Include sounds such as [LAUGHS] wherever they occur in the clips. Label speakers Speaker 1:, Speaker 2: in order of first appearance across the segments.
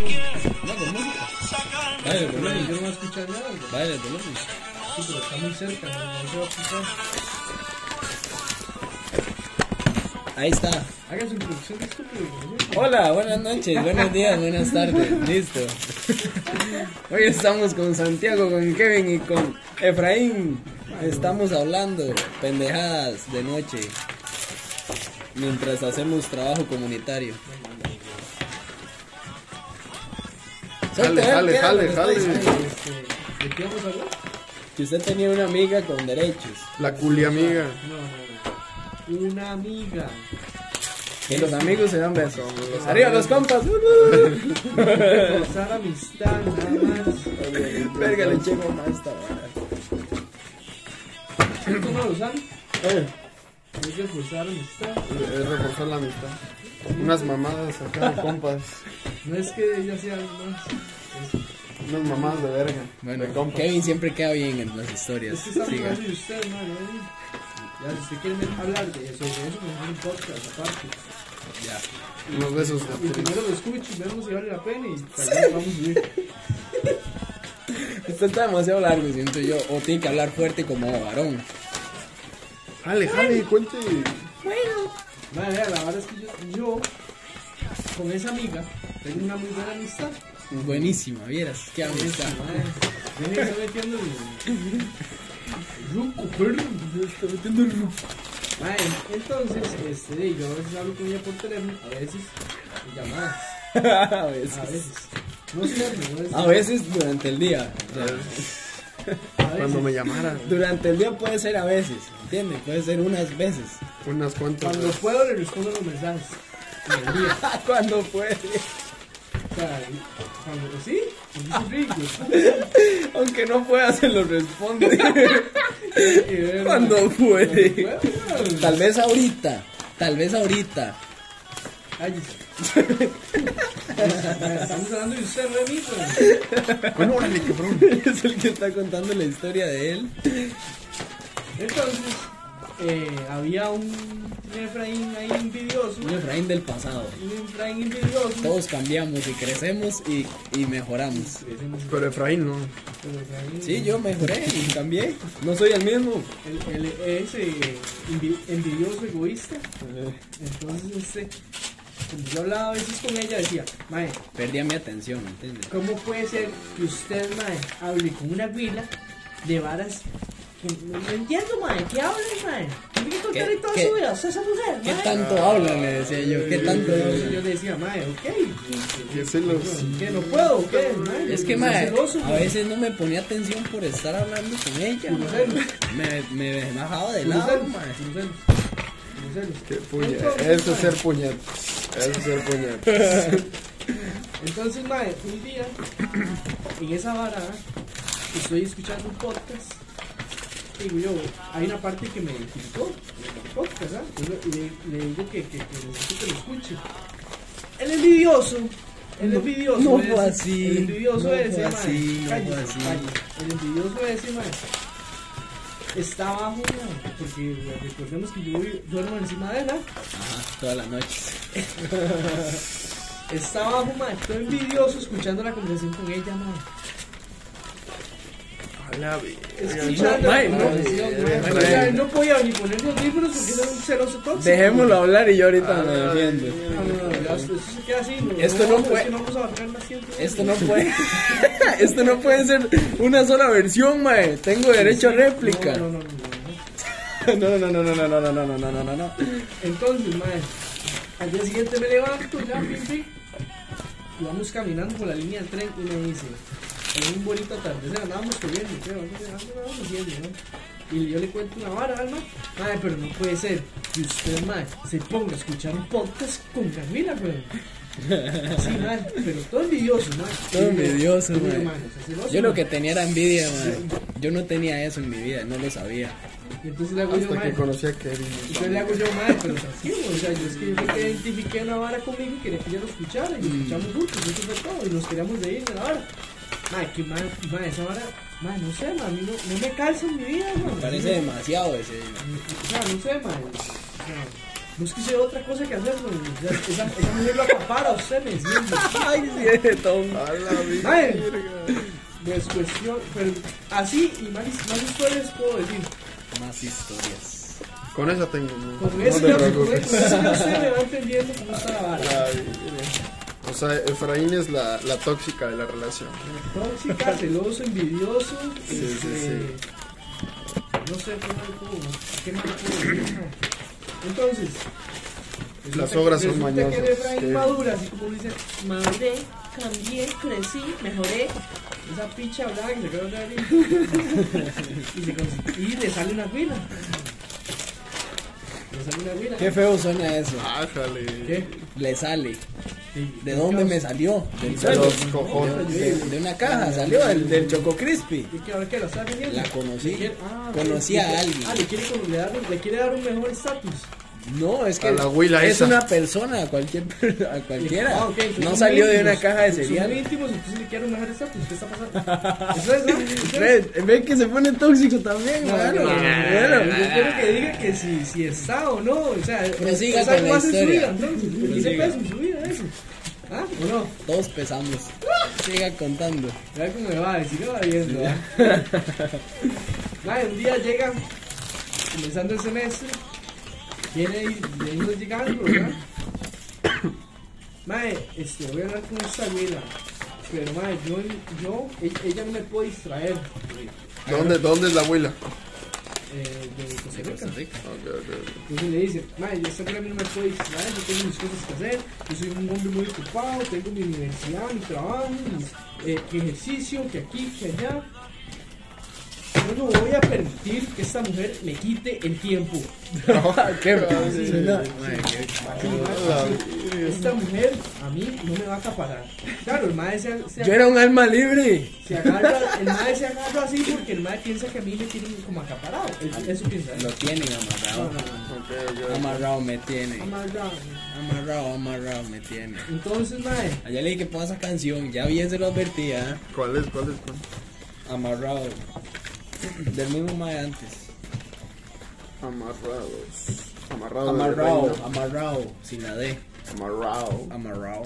Speaker 1: No, por música.
Speaker 2: Vale, el volumen, yo no voy a escuchar nada. güey.
Speaker 1: Vale, por música.
Speaker 2: Sí, pero está muy cerca, güey, no voy a escuchar.
Speaker 1: Ahí está.
Speaker 2: Haga su introducción de estúpido, güey.
Speaker 1: Hola, buenas noches, buenos días, buenas tardes. Listo. Hoy estamos con Santiago, con Kevin y con Efraín. Estamos hablando pendejadas de noche mientras hacemos trabajo comunitario.
Speaker 3: Jale,
Speaker 1: Suelte, a ver, ¿qué
Speaker 3: jale,
Speaker 1: era
Speaker 3: jale,
Speaker 1: lo que
Speaker 3: jale.
Speaker 1: estaba diciendo?
Speaker 2: Este, ¿De qué vamos a
Speaker 1: pues,
Speaker 2: hablar?
Speaker 1: Que usted tenía una amiga con derechos.
Speaker 3: La culia amiga.
Speaker 2: No, no, no. Una amiga.
Speaker 1: Que los amigos se dan besos. Arriba los [LAUGHS] compas.
Speaker 2: Forzar amistad, nada más.
Speaker 1: Verga, le eché mamá esta vara.
Speaker 2: ¿Esto no lo usan?
Speaker 3: Eh,
Speaker 2: Es de forzar amistad.
Speaker 3: es reforzar la amistad. Unas mamadas acá de compas.
Speaker 2: No es que ella sea más. Es,
Speaker 3: Unas mamadas de verga. de
Speaker 1: Bueno,
Speaker 3: compas.
Speaker 1: Kevin siempre queda bien en las historias.
Speaker 2: es que estamos
Speaker 1: Siga.
Speaker 2: hablando de usted, madre. ¿eh? Ya, si usted quiere hablar de eso, de eso, pues es un podcast aparte.
Speaker 3: Unos besos de
Speaker 2: Y
Speaker 3: actriz.
Speaker 2: primero lo escucho y vemos si vale la pena y tal vez vamos a subir.
Speaker 1: Esto está demasiado largo, siento yo. O tiene que hablar fuerte como varón.
Speaker 3: Jale, jale, cuente.
Speaker 2: Madre, vea, la verdad es que yo, yo, con esa amiga, tengo una muy buena amistad.
Speaker 1: Buenísima, vieras. Qué amistad.
Speaker 2: Viene que está metiendo el. Ruco, perro. Está metiendo el ruco. Madre, entonces, este, yo a veces hablo con ella por teléfono, a veces, en llamadas,
Speaker 1: [LAUGHS] A
Speaker 2: a
Speaker 1: veces.
Speaker 2: veces. No siempre, no es.
Speaker 1: A veces durante el día.
Speaker 2: a veces.
Speaker 3: Cuando me llamara.
Speaker 1: Durante el día puede ser a veces, ¿entiendes? Puede ser unas veces.
Speaker 3: Unas cuantas.
Speaker 2: Cuando puedo le respondo los mensajes. En el día.
Speaker 1: [LAUGHS] Cuando puede.
Speaker 2: O sea, cuando sí, cuando es rico.
Speaker 1: Aunque no pueda, se lo responde.
Speaker 2: Y ver,
Speaker 1: Cuando puede.
Speaker 2: Bueno, bueno.
Speaker 1: Tal vez ahorita. Tal vez ahorita.
Speaker 2: Cállese. [LAUGHS] Estamos hablando de usted, Remy, pues. pero-
Speaker 3: Bueno, órale, cabrón.
Speaker 1: [LAUGHS] Es el que está contando la historia de él.
Speaker 2: Entonces, eh, había un Efraín ahí envidioso.
Speaker 1: Un Efraín del pasado.
Speaker 2: Un Efraín envidioso.
Speaker 1: Todos cambiamos y crecemos y, y mejoramos.
Speaker 3: Pero Efraín no.
Speaker 1: Sí, yo mejoré y cambié. No soy el mismo.
Speaker 2: El, el, ese envi- envidioso egoísta. Entonces, este, cuando yo hablaba a veces con ella, decía, Mae,
Speaker 1: Perdía mi atención, ¿entiendes?
Speaker 2: ¿Cómo puede ser que usted, mae, hable con una guila de varas que no, no entiendo, mae? ¿Qué hablan, mae? Tiene que contarle toda
Speaker 1: qué-
Speaker 2: su vida, usted es esa mujer,
Speaker 1: ¿Qué
Speaker 2: mae.
Speaker 1: tanto hablan? Le decía yo. ¿Qué tanto
Speaker 2: Entonces yo
Speaker 1: hablan?
Speaker 2: le decía, mae, ok,
Speaker 3: Que se los.
Speaker 2: que no puedo, ¿o qué, mae?
Speaker 1: Es que,
Speaker 2: Soy
Speaker 1: mae,
Speaker 2: celoso,
Speaker 1: a veces no me ponía atención por estar hablando con ella. mae. Me, me bajaba de
Speaker 2: Con los
Speaker 1: lado,
Speaker 2: celos,
Speaker 1: mae.
Speaker 2: con los celos, con los celos.
Speaker 3: Qué puñet.
Speaker 2: Entonces,
Speaker 3: Eso es
Speaker 2: mae,
Speaker 3: ser puñet. Eso es ser puñet.
Speaker 2: Entonces, mae, un día, en esa vara, estoy escuchando un podcast. Digo yo, hay una parte que me identificó en el podcast, ¿verdad? Entonces, le, le digo que, que, que necesito que lo escuche. El envidioso. El
Speaker 1: No,
Speaker 2: envidioso.
Speaker 1: no
Speaker 2: ese,
Speaker 1: fue así,
Speaker 2: El envidioso
Speaker 1: no fue
Speaker 2: ese, mae.
Speaker 1: así, no
Speaker 2: Cállese,
Speaker 1: fue así.
Speaker 2: cállese. El envidioso ese, mae. Está abajo, mae, porque recordemos que yo vi- duermo encima de él, ¿ah?
Speaker 1: Ajá, toda la noche.
Speaker 2: Está abajo, mae. Estoy envidioso escuchando la conversación con ella, mae.
Speaker 3: A la verga.
Speaker 2: Escuchando la
Speaker 1: Mae, no,
Speaker 2: conversación, mae.
Speaker 3: mae,
Speaker 2: O sea,
Speaker 3: mae.
Speaker 2: No podía ni poner los libros porque era un celoso tóxico. Ah,
Speaker 1: Dejémoslo hablar y yo ahorita me
Speaker 3: Ay,
Speaker 1: defiendo.
Speaker 2: No, no, no, ya, Esto se queda así. no,
Speaker 1: Esto no
Speaker 2: es
Speaker 1: fue-
Speaker 2: que No vamos a abarcar más tiempo.
Speaker 1: Esto no puede. [LAUGHS] Esto no puede ser una sola versión, mae. Tengo derecho a réplica.
Speaker 2: No, no, no, no, no.
Speaker 1: No, no, no, no, no, no, no, no, no, no, no, no, no.
Speaker 2: Entonces, madre, al día siguiente me levanto, ya, pim, pim, y vamos caminando por la línea del tren y me dice, en un bonito atardecer andábamos corriendo, creo, algo- algo andábamos haciendo, ¿no? Y yo le cuento una vara, alma, madre, pero no puede ser que usted, madre, se ponga a escuchar un podcast con Camila, weón. Sí, madre, pero todo envidioso, madre.
Speaker 1: Todo envidioso,
Speaker 2: Todo,
Speaker 1: mae.
Speaker 2: o sea, celoso,
Speaker 1: Yo lo
Speaker 2: mae.
Speaker 1: que tenía era envidia, mae. Yo no tenía eso en mi vida, no lo sabía.
Speaker 2: Y entonces le hago yo,
Speaker 3: Hasta que
Speaker 2: madre.
Speaker 3: conocí a Kevin.
Speaker 2: Yo le hago yo madre, pero tranquilo, o sea, yo es que yo fue que identifiqué una vara conmigo y quería que ella lo escuchara, y lo
Speaker 3: Mm.
Speaker 2: escuchamos juntos, eso fue todo, y nos queríamos de ir de la vara. Madre, que madre, madre, esa vara, madre, no sé, madre, a mí no, no me calza en mi vida, madre.
Speaker 1: Parece demasiado ese.
Speaker 2: O sea, no sé, madre. O sea, Búsquese otra cosa que hacer, güey. Ya- Esa, esa mujer lo acapara a usted, me
Speaker 3: [LAUGHS]
Speaker 2: siento.
Speaker 1: Ay, sí, de tonto.
Speaker 3: A la
Speaker 2: Mae.
Speaker 3: virga.
Speaker 2: Pues cuestión, pero así y más, más historias puedo decir.
Speaker 1: Más historias.
Speaker 3: Con esa tengo. ¿no?
Speaker 2: Con
Speaker 3: No
Speaker 2: eso
Speaker 3: te
Speaker 2: ya con
Speaker 3: preocupes.
Speaker 2: eso ya usted me va entendiendo cómo está la vara.
Speaker 3: La virga. O sea, Efraín es la, la tóxica de la relación. [LAUGHS]
Speaker 2: Tóxica, celoso, envidioso.
Speaker 3: Sí, sí,
Speaker 2: este, No sé qué mal puedo, qué mal puedo decir, mae. Entonces. resulta que-
Speaker 3: obras son
Speaker 2: resulta
Speaker 3: mañosas,
Speaker 2: Que el Efraín
Speaker 3: sí.
Speaker 2: madura, así como dice, maduré, cambié, crecí, mejoré. Esa picha blanca que acabo de
Speaker 3: [LAUGHS]
Speaker 2: abrir. y, se cons- y le sale una fila. Le sale una fila.
Speaker 1: Qué feo suena eso.
Speaker 3: Ájale.
Speaker 2: ¿Qué?
Speaker 1: Le sale.
Speaker 2: Sí.
Speaker 1: ¿De dónde me salió? Del
Speaker 3: De
Speaker 1: suelo.
Speaker 3: los cojones.
Speaker 1: De, de una caja salió, el del Choco Crispy.
Speaker 2: ¿Y qué ahora que la está vendiendo?
Speaker 1: La conocí.
Speaker 2: Le quiere- ah,
Speaker 1: Conocí
Speaker 2: le-
Speaker 1: a alguien.
Speaker 2: Ah, le quiere, como- le dar- le quiere dar un mejor estatus.
Speaker 1: No, es que
Speaker 3: A la huila
Speaker 1: es
Speaker 3: esa.
Speaker 1: una persona, a cualquier, [LAUGHS] a cualquiera.
Speaker 2: Ah, ok, entonces
Speaker 1: No
Speaker 2: son
Speaker 1: salió de una
Speaker 2: íntimos.
Speaker 1: caja de
Speaker 2: Son
Speaker 1: cereal.
Speaker 2: íntimos, entonces le quiere un mejor estatus. pues, ¿Qué está
Speaker 1: [LAUGHS]
Speaker 2: pasando? Eso es, ¿no? Eso es.
Speaker 1: Ves, ven que se pone tóxico también,
Speaker 2: No,
Speaker 1: mano.
Speaker 2: no, no,
Speaker 1: Bueno,
Speaker 2: no, yo quiero que diga que si, si está o no. O sea,
Speaker 1: Prosiga
Speaker 2: es algo
Speaker 1: con la
Speaker 2: más en su
Speaker 1: historia.
Speaker 2: vida, entonces. Porque tiene
Speaker 1: Prosiga.
Speaker 2: peso en su vida eso. ¿Ah? ¿O no?
Speaker 1: todos pesamos. Siga contando.
Speaker 2: A ver cómo me va, si no va viendo. ¿ah? [LAUGHS] Mae, un día llega, comenzando el semestre, viene y venimos llegando, ¿verdad? Mae, este, voy a hablar con esta abuela, pero mae, yo, yo, ella, ella no me puede distraer
Speaker 3: ¿Dónde, ¿Dónde es la abuela?
Speaker 2: eh, de Costa Rica.
Speaker 3: Ok, ok,
Speaker 2: Entonces le dice, mae, esta abuela a mí no me puede distraer, yo tengo mis cosas que hacer, yo soy un hombre muy ocupado, tengo mi universidad, mi trabajo, mis, eh, que ejercicio, que aquí, que allá. Yo no voy a permitir que esta mujer me quite el tiempo.
Speaker 1: [LAUGHS] Ah, Qué
Speaker 3: sí,
Speaker 1: suena-
Speaker 3: ok.
Speaker 2: Esta mujer a mí no me va a acaparar. Claro, el mae se, se-
Speaker 1: Yo era un alma libre.
Speaker 2: se agarra, el mae se agarra así porque el mae piensa que a mí me tienen como acaparado. El- eso piensa.
Speaker 1: Lo tienen
Speaker 2: No,
Speaker 1: amarrado.
Speaker 2: no, no.
Speaker 3: Ok, ok.
Speaker 1: Amarrado me tiene.
Speaker 2: Amarrado.
Speaker 1: Amarrado, amarrado me tiene.
Speaker 2: Entonces, mae,
Speaker 1: Ayer le dije que ponga esa canción, ya bien se lo advertía.
Speaker 3: ¿Cuál es? ¿Cuál es? cuál es?
Speaker 1: Amarrado. Del mismo más de antes.
Speaker 3: Amarrados. Amarrado. de
Speaker 1: Amarrado,
Speaker 3: reina.
Speaker 1: amarrado, sin la D.
Speaker 3: Amarrado.
Speaker 1: Amarrado.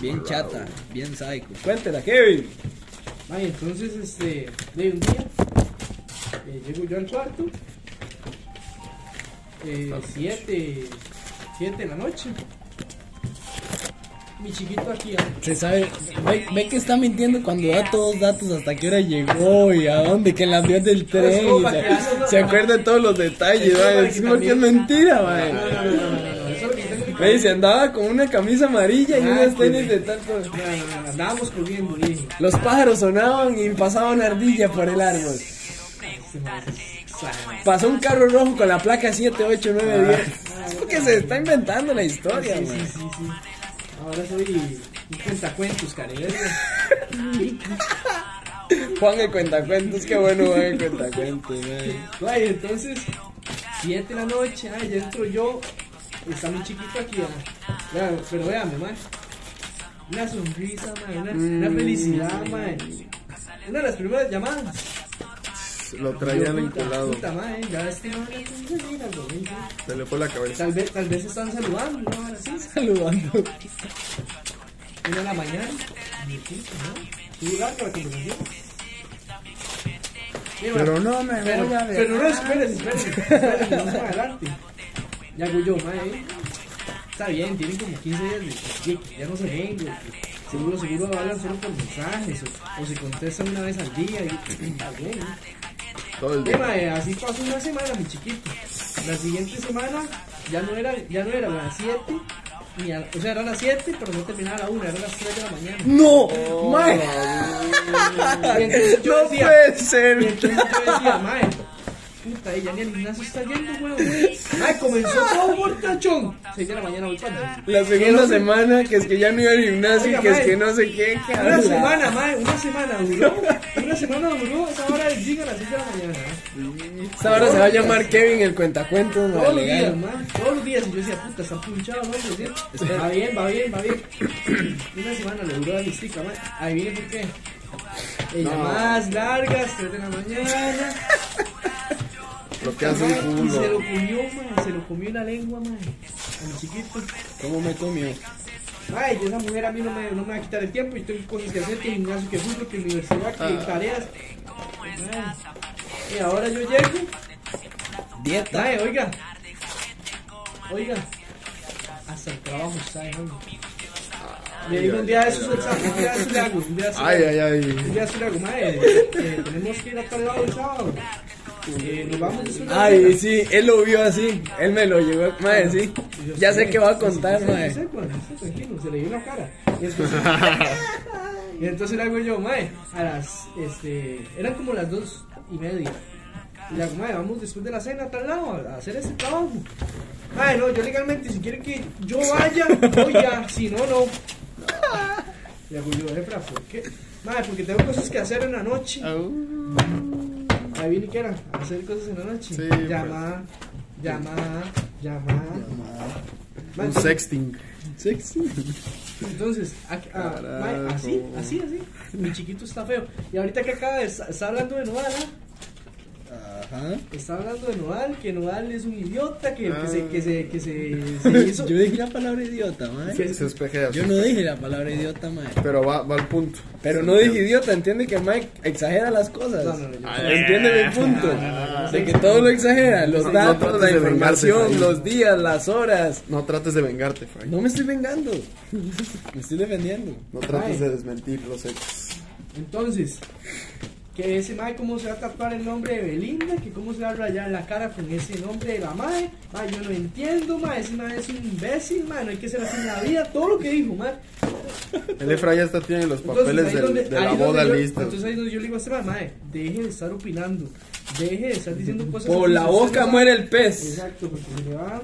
Speaker 1: Bien
Speaker 3: Amarrado.
Speaker 1: chata, bien psycho. Cuéntela, Kevin.
Speaker 2: Ay, entonces, este, de un día, eh, llego yo al cuarto, eh, siete, siete de la noche. Mi chiquito aquí, ah,
Speaker 1: Se sabe, ve, ve que está mintiendo cuando da todos los datos hasta qué hora llegó y a dónde, que la vio del tren. y se, se acuerda de todos los detalles,
Speaker 2: Es
Speaker 1: mae,
Speaker 2: como para
Speaker 1: Es
Speaker 2: que
Speaker 1: como que es
Speaker 2: también-
Speaker 1: mentira,
Speaker 2: no, no, no,
Speaker 1: mae.
Speaker 2: no, no, no, no, eso es lo que tengo en mi
Speaker 1: Me
Speaker 2: cabeza.
Speaker 1: dice, andaba con una camisa amarilla y
Speaker 2: Ah,
Speaker 1: unos
Speaker 2: sí.
Speaker 1: tenis de tal cosa.
Speaker 2: No, no, no, no, andábamos corriendo, le dije,
Speaker 1: Los pájaros sonaban y pasaba una ardilla por el árbol.
Speaker 2: este man es exagerado.
Speaker 1: Pasó un carro rojo con la placa 78910. Es porque se está inventando la historia,
Speaker 2: Ah. Sí,
Speaker 1: mae.
Speaker 2: sí, sí, sí. Ahora soy un cuentacuentos, cariño.
Speaker 1: Juan el cuentacuentos, qué bueno Juan el cuentacuentos,
Speaker 2: [LAUGHS]
Speaker 1: mae.
Speaker 2: Ay, entonces, 7 de la noche, ay, ya entro yo, está mi chiquito aquí, ah. Vean, pero véanme, man. Una sonrisa, man, una, una felicidad, man. Una de las primeras llamadas.
Speaker 3: Lo traían enculado.
Speaker 2: Puta, man, ya este man, ya está en Selena, güey.
Speaker 3: Se le fue la cabeza.
Speaker 2: Tal vez, tal vez se están saludando, ¿no? Ahora sí,
Speaker 1: Saludando.
Speaker 2: una de la mañana. Y aquí, ¿no? Tú larga la conversación. Sí, man.
Speaker 3: Pero no me
Speaker 2: Pero,
Speaker 3: voy a ver.
Speaker 2: pero no, espérese, espérese, espérese, vamos para adelante. Ya hago yo, mae. eh. Está bien, tienen como 15 días de que que ya no se ven, güey, que Seguro, seguro hablan solo por mensajes o, o se contestan una vez al día. Y, [CLEARS THROAT] está bien. eh.
Speaker 3: Todo el
Speaker 2: Sí,
Speaker 3: día.
Speaker 2: mae, Eh, así pasó una semana, mi chiquito. La siguiente semana ya no era, ya no era a las 7. ni a- o sea, era las 7, pero no terminaba a la 1, era las 3 de la mañana.
Speaker 1: No, mae.
Speaker 2: Y entonces Oh, yo
Speaker 1: No
Speaker 2: decía,
Speaker 1: puede
Speaker 2: Y
Speaker 1: ser.
Speaker 2: entonces yo decía, mae, puta, ella ni al gimnasio está yendo, weón. Mae, comenzó todo bortachón. 6 de la mañana voy para allá.
Speaker 1: La segunda semana, que es que ya no iba al gimnasio,
Speaker 2: Oiga,
Speaker 1: que es
Speaker 2: mae.
Speaker 1: que no sé qué. que
Speaker 2: Una
Speaker 1: habla.
Speaker 2: semana, mae, una semana duró. Una semana duró esa hora del gym a las 6 de la mañana. ¿eh?
Speaker 1: Esta hora se va a llamar Kevin el cuentacuentos, mae,
Speaker 2: Todos los
Speaker 1: legal.
Speaker 2: días, mae, todos los días. Y yo decía, puta, está punchado, ¿no? Pero sí, Va bien, va bien, va bien. [CLEARS THROAT] Una semana le duró la listica, mae. Ahí viene por qué. Ella más largas, 3 de la mañana.
Speaker 3: Lo que hace un
Speaker 2: Y se lo
Speaker 3: culo.
Speaker 2: comió, mae, se lo comió la lengua, mae. a mi chiquito.
Speaker 1: ¿Cómo me comió?
Speaker 2: Ay, esa mujer a mí no me, no me va a quitar el tiempo. Yo tengo cosas que hacer, que gimnasio, que fútbol, que universidad, que
Speaker 3: Ah.
Speaker 2: tareas. Ay, Y ahora yo llego.
Speaker 1: Dieta.
Speaker 2: Ay, oiga. Oiga. Hasta el trabajo está dejando. Le digo un día de esos, exacto, un día de esos le hago. Un día de esos le
Speaker 3: Ay,
Speaker 2: hago.
Speaker 3: ay,
Speaker 2: Un
Speaker 3: ay.
Speaker 2: día de esos le hago, madre. eh, tenemos que ir a tal lado el sábado. Eh, nos vamos después de la cena.
Speaker 1: Ay, sí, él lo vio así. Él me lo llevó. Madre, sí.
Speaker 2: Y yo,
Speaker 1: Ya
Speaker 2: sí,
Speaker 1: sé qué va a
Speaker 2: sí,
Speaker 1: contar,
Speaker 2: sí, sí, sí,
Speaker 1: madre.
Speaker 2: sí, bueno, sí, tranquilo, se le dio la cara. Y después-
Speaker 1: [LAUGHS]
Speaker 2: y entonces le hago yo, mae, a las, este, eran como las dos y media. Y le hago, mae, vamos después de la cena a tal lado a a hacer ese trabajo. Mae, no, yo legalmente, si quieren que yo vaya, voy ya, si no,
Speaker 1: [LAUGHS]
Speaker 2: no. Le hago yo, Efra, ¿por qué? Mae, porque tengo cosas que hacer en la noche.
Speaker 3: Au.
Speaker 2: Ahí vine que era, hacer cosas en la noche.
Speaker 3: Sí,
Speaker 2: llamada,
Speaker 1: pues.
Speaker 2: llamada, llamada. Mae,
Speaker 3: Un sexting. Sexting.
Speaker 2: Entonces, a- a-
Speaker 3: Carajo.
Speaker 2: mae, así, así, así. Mi chiquito está feo. Y ahorita que acaba de, está está hablando de Nodal, ¿ah?
Speaker 1: Ajá.
Speaker 2: está hablando de Nodal, que Nodal es un idiota, que, que se, que se, que se,
Speaker 1: Ah. [LAUGHS] Yo
Speaker 2: se hizo.
Speaker 1: dije la palabra idiota, madre.
Speaker 2: Sí.
Speaker 3: Se espejea.
Speaker 1: Yo no dije la palabra idiota, madre.
Speaker 3: Pero va, va al punto.
Speaker 1: Pero no dije idiota, entiende que Mike exagera las cosas. Ah,
Speaker 2: No, no, no, yo-
Speaker 1: Entiende mi punto. De que todo lo exagera, los
Speaker 3: No, no
Speaker 1: datos,
Speaker 3: trates
Speaker 1: la
Speaker 3: de vengarse,
Speaker 1: información,
Speaker 3: Efraín.
Speaker 1: los días, las horas.
Speaker 3: No trates de vengarte, Frank.
Speaker 1: No me estoy vengando. [LAUGHS] Me estoy defendiendo.
Speaker 3: No trates de desmentir los hechos.
Speaker 2: Entonces, que ese mae, cómo se va a tatuar el nombre de Belinda, que cómo se va a rayar la cara con ese nombre de la mae. Mae, yo no entiendo, mae, ese mae es un imbécil, mae, no hay que ser así en la vida, todo lo que dijo, mae.
Speaker 3: El Efra ya está tiene los
Speaker 2: Entonces,
Speaker 3: papeles
Speaker 2: ahí
Speaker 3: del-
Speaker 2: donde-
Speaker 3: de
Speaker 2: ahí
Speaker 3: la
Speaker 2: donde
Speaker 3: boda
Speaker 2: yo-
Speaker 3: listos.
Speaker 2: Entonces ahí donde yo le digo a este mae, mae, deje de estar opinando, deje de estar diciendo cosas.
Speaker 1: Por la boca muere el pez.
Speaker 2: Exacto, porque se le va.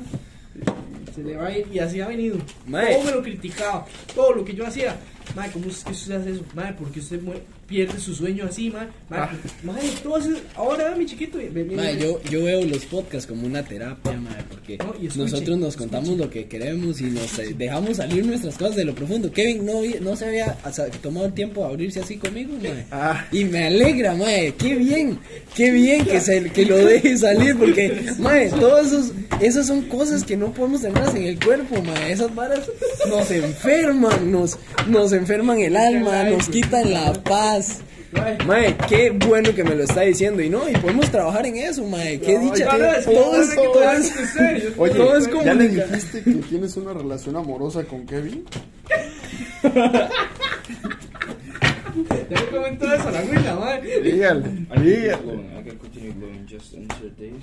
Speaker 2: Se le va a ir y así ha venido.
Speaker 1: Mae.
Speaker 2: Todo me lo criticaba, todo lo que yo hacía. Mae, ¿cómo es que usted hace eso? Mae, ¿por qué usted mue- pierde su sueño así, mae? Mae,
Speaker 3: Ah.
Speaker 2: mae, entonces, ahora mi chiquito. ve- ve-
Speaker 1: Mae,
Speaker 2: ve-
Speaker 1: yo, yo veo los podcasts como una terapia, mae, porque
Speaker 2: No, y escuche,
Speaker 1: nosotros nos contamos lo que queremos y nos eh, dejamos salir nuestras cosas de lo profundo. Kevin no, vi- no se había o sea, tomado el tiempo de abrirse así conmigo, mae.
Speaker 3: Ah.
Speaker 1: Y me alegra, mae, qué bien, qué bien que, se, que lo deje salir, porque, mae, todas esos- esas son cosas que no podemos tenerlas en el cuerpo, mae. Esas varas nos enferman, nos, nos enferman el alma, nos quitan la paz.
Speaker 2: Mae,
Speaker 1: Mae, qué bueno que me lo está diciendo. Y no, y podemos trabajar en eso, mae. Qué
Speaker 3: No,
Speaker 1: dicha.
Speaker 2: no, no, es que
Speaker 1: todo
Speaker 2: no
Speaker 1: es,
Speaker 2: sé qué
Speaker 1: todo
Speaker 2: tal,
Speaker 1: es-
Speaker 2: en serio.
Speaker 3: Oye,
Speaker 1: todo es
Speaker 3: ¿ya le
Speaker 1: comunicar.
Speaker 3: dijiste que tienes una relación amorosa con Kevin?
Speaker 2: Ya le comentó eso a la abuela, mae.
Speaker 3: Dígale, dígale.
Speaker 4: I can continue going just until days.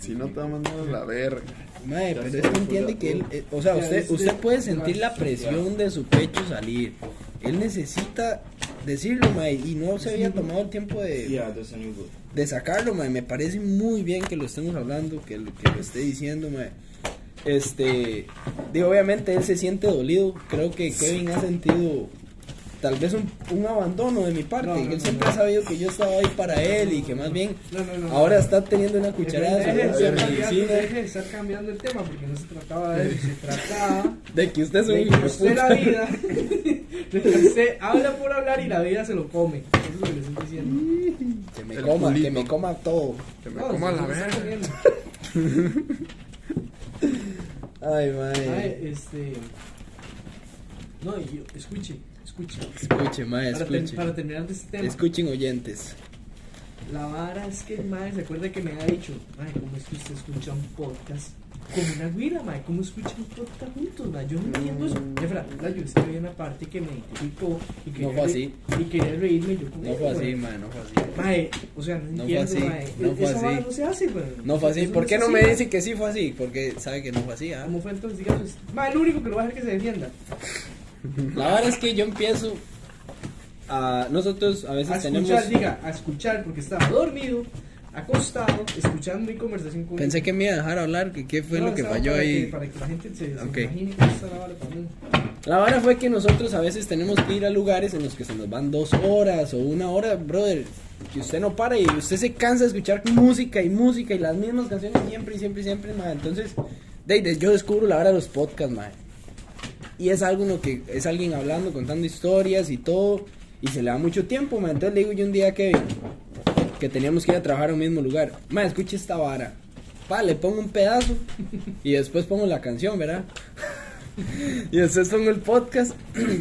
Speaker 3: Si no te va a mandar a la verga.
Speaker 1: Mae, pero es que entiende que él, eh, o sea,
Speaker 2: pues, Ya,
Speaker 1: usted,
Speaker 2: este-
Speaker 1: usted puede sentir la presión de su pecho salir. Él necesita decirlo, mae, y no se había tomado el tiempo de,
Speaker 4: Yeah, that's a new book.
Speaker 1: de sacarlo, mae. Me parece muy bien que lo estemos hablando, que lo, que lo esté diciendo, mae. Este, digo, obviamente él se siente dolido. Creo que Kevin ha sentido tal vez un, un abandono de mi parte.
Speaker 2: No, no,
Speaker 1: él
Speaker 2: no,
Speaker 1: siempre
Speaker 2: no.
Speaker 1: ha sabido que yo estaba ahí para él y que más bien
Speaker 2: No, no, no.
Speaker 1: ahora está teniendo una cucharada de
Speaker 2: Deje de
Speaker 1: su
Speaker 2: estar
Speaker 1: dulce
Speaker 2: cambiando-
Speaker 1: medicina,
Speaker 2: deje de estar cambiando el tema porque no se trataba de eso, se trataba.
Speaker 1: de que usted es un
Speaker 2: Le
Speaker 1: hijo de
Speaker 2: usted la
Speaker 1: puta.
Speaker 2: vida. [LAUGHS] le que usted habla por hablar y la vida se lo come. Eso es lo que le estoy
Speaker 1: Mm.
Speaker 2: diciendo.
Speaker 1: [LAUGHS] Que me
Speaker 3: El
Speaker 1: coma, que
Speaker 3: culito.
Speaker 1: me coma todo.
Speaker 3: Que me
Speaker 2: No,
Speaker 3: coma
Speaker 2: se
Speaker 3: la
Speaker 2: lo está
Speaker 3: verga.
Speaker 2: comiendo.
Speaker 1: Ay,
Speaker 2: Mae,
Speaker 1: mae.
Speaker 2: este. No, y yo, escuche, escuche.
Speaker 1: Escuche, mae,
Speaker 2: Para, ter-
Speaker 1: escuche.
Speaker 2: para terminar de este tema,
Speaker 1: Escuchen oyentes.
Speaker 2: la vara es que el mae se acuerda que me ha dicho, mae, ¿cómo es que usted escucha un podcast con una güira, mae? ¿Cómo escucha un podcast juntos, mae? Yo no entiendo eso.
Speaker 1: Mm.
Speaker 2: Efra, la yo estaba en una parte que me identificó y quería,
Speaker 1: fue
Speaker 2: re-
Speaker 1: así.
Speaker 2: y quería reírme yo con
Speaker 1: No
Speaker 2: él,
Speaker 1: fue
Speaker 2: mae.
Speaker 1: así, mae, no fue así.
Speaker 2: Mae, o sea, no,
Speaker 1: No fue
Speaker 2: entiendo,
Speaker 1: así,
Speaker 2: mae.
Speaker 1: no fue
Speaker 2: Esa vara
Speaker 1: así.
Speaker 2: no se hace, weón.
Speaker 1: No fue así.
Speaker 2: Eso
Speaker 1: ¿Por
Speaker 2: es
Speaker 1: qué no
Speaker 2: así,
Speaker 1: me
Speaker 2: mae.
Speaker 1: dice que sí fue así? Porque sabe que no fue así, ¿ah?
Speaker 2: ¿Cómo fue entonces? Digamos, mae, el único que lo va a dejar que se defienda.
Speaker 1: La verdad es que yo empiezo a... Nosotros a
Speaker 2: A
Speaker 1: veces tenemos...
Speaker 2: escuchar, diga, a escuchar, porque estaba dormido, acostado, escuchando mi conversación con
Speaker 1: Pensé que me iba a dejar hablar, que qué fue
Speaker 2: No,
Speaker 1: lo que
Speaker 2: estaba
Speaker 1: falló
Speaker 2: para
Speaker 1: ahí.
Speaker 2: que- para que la gente se, se
Speaker 1: Ok.
Speaker 2: imagine cómo está la vara [LAUGHS] también.
Speaker 1: La vara fue que nosotros a veces tenemos que ir a lugares en los que se nos van dos horas o una hora, brother, que usted no para y usted se cansa de escuchar música y música y las mismas canciones siempre y siempre y siempre, mae. Entonces, de, de- yo descubro la vara de los podcasts, mae. Y es algo en lo que es alguien hablando, contando historias y todo, y se le da mucho tiempo, mae. Entonces le digo yo un día a Kevin que teníamos que ir a trabajar al mismo lugar, mae, escuche esta vara. pa, le pongo un pedazo y después pongo la canción, ¿verdad? Y después pongo el podcast. [CLEARS THROAT]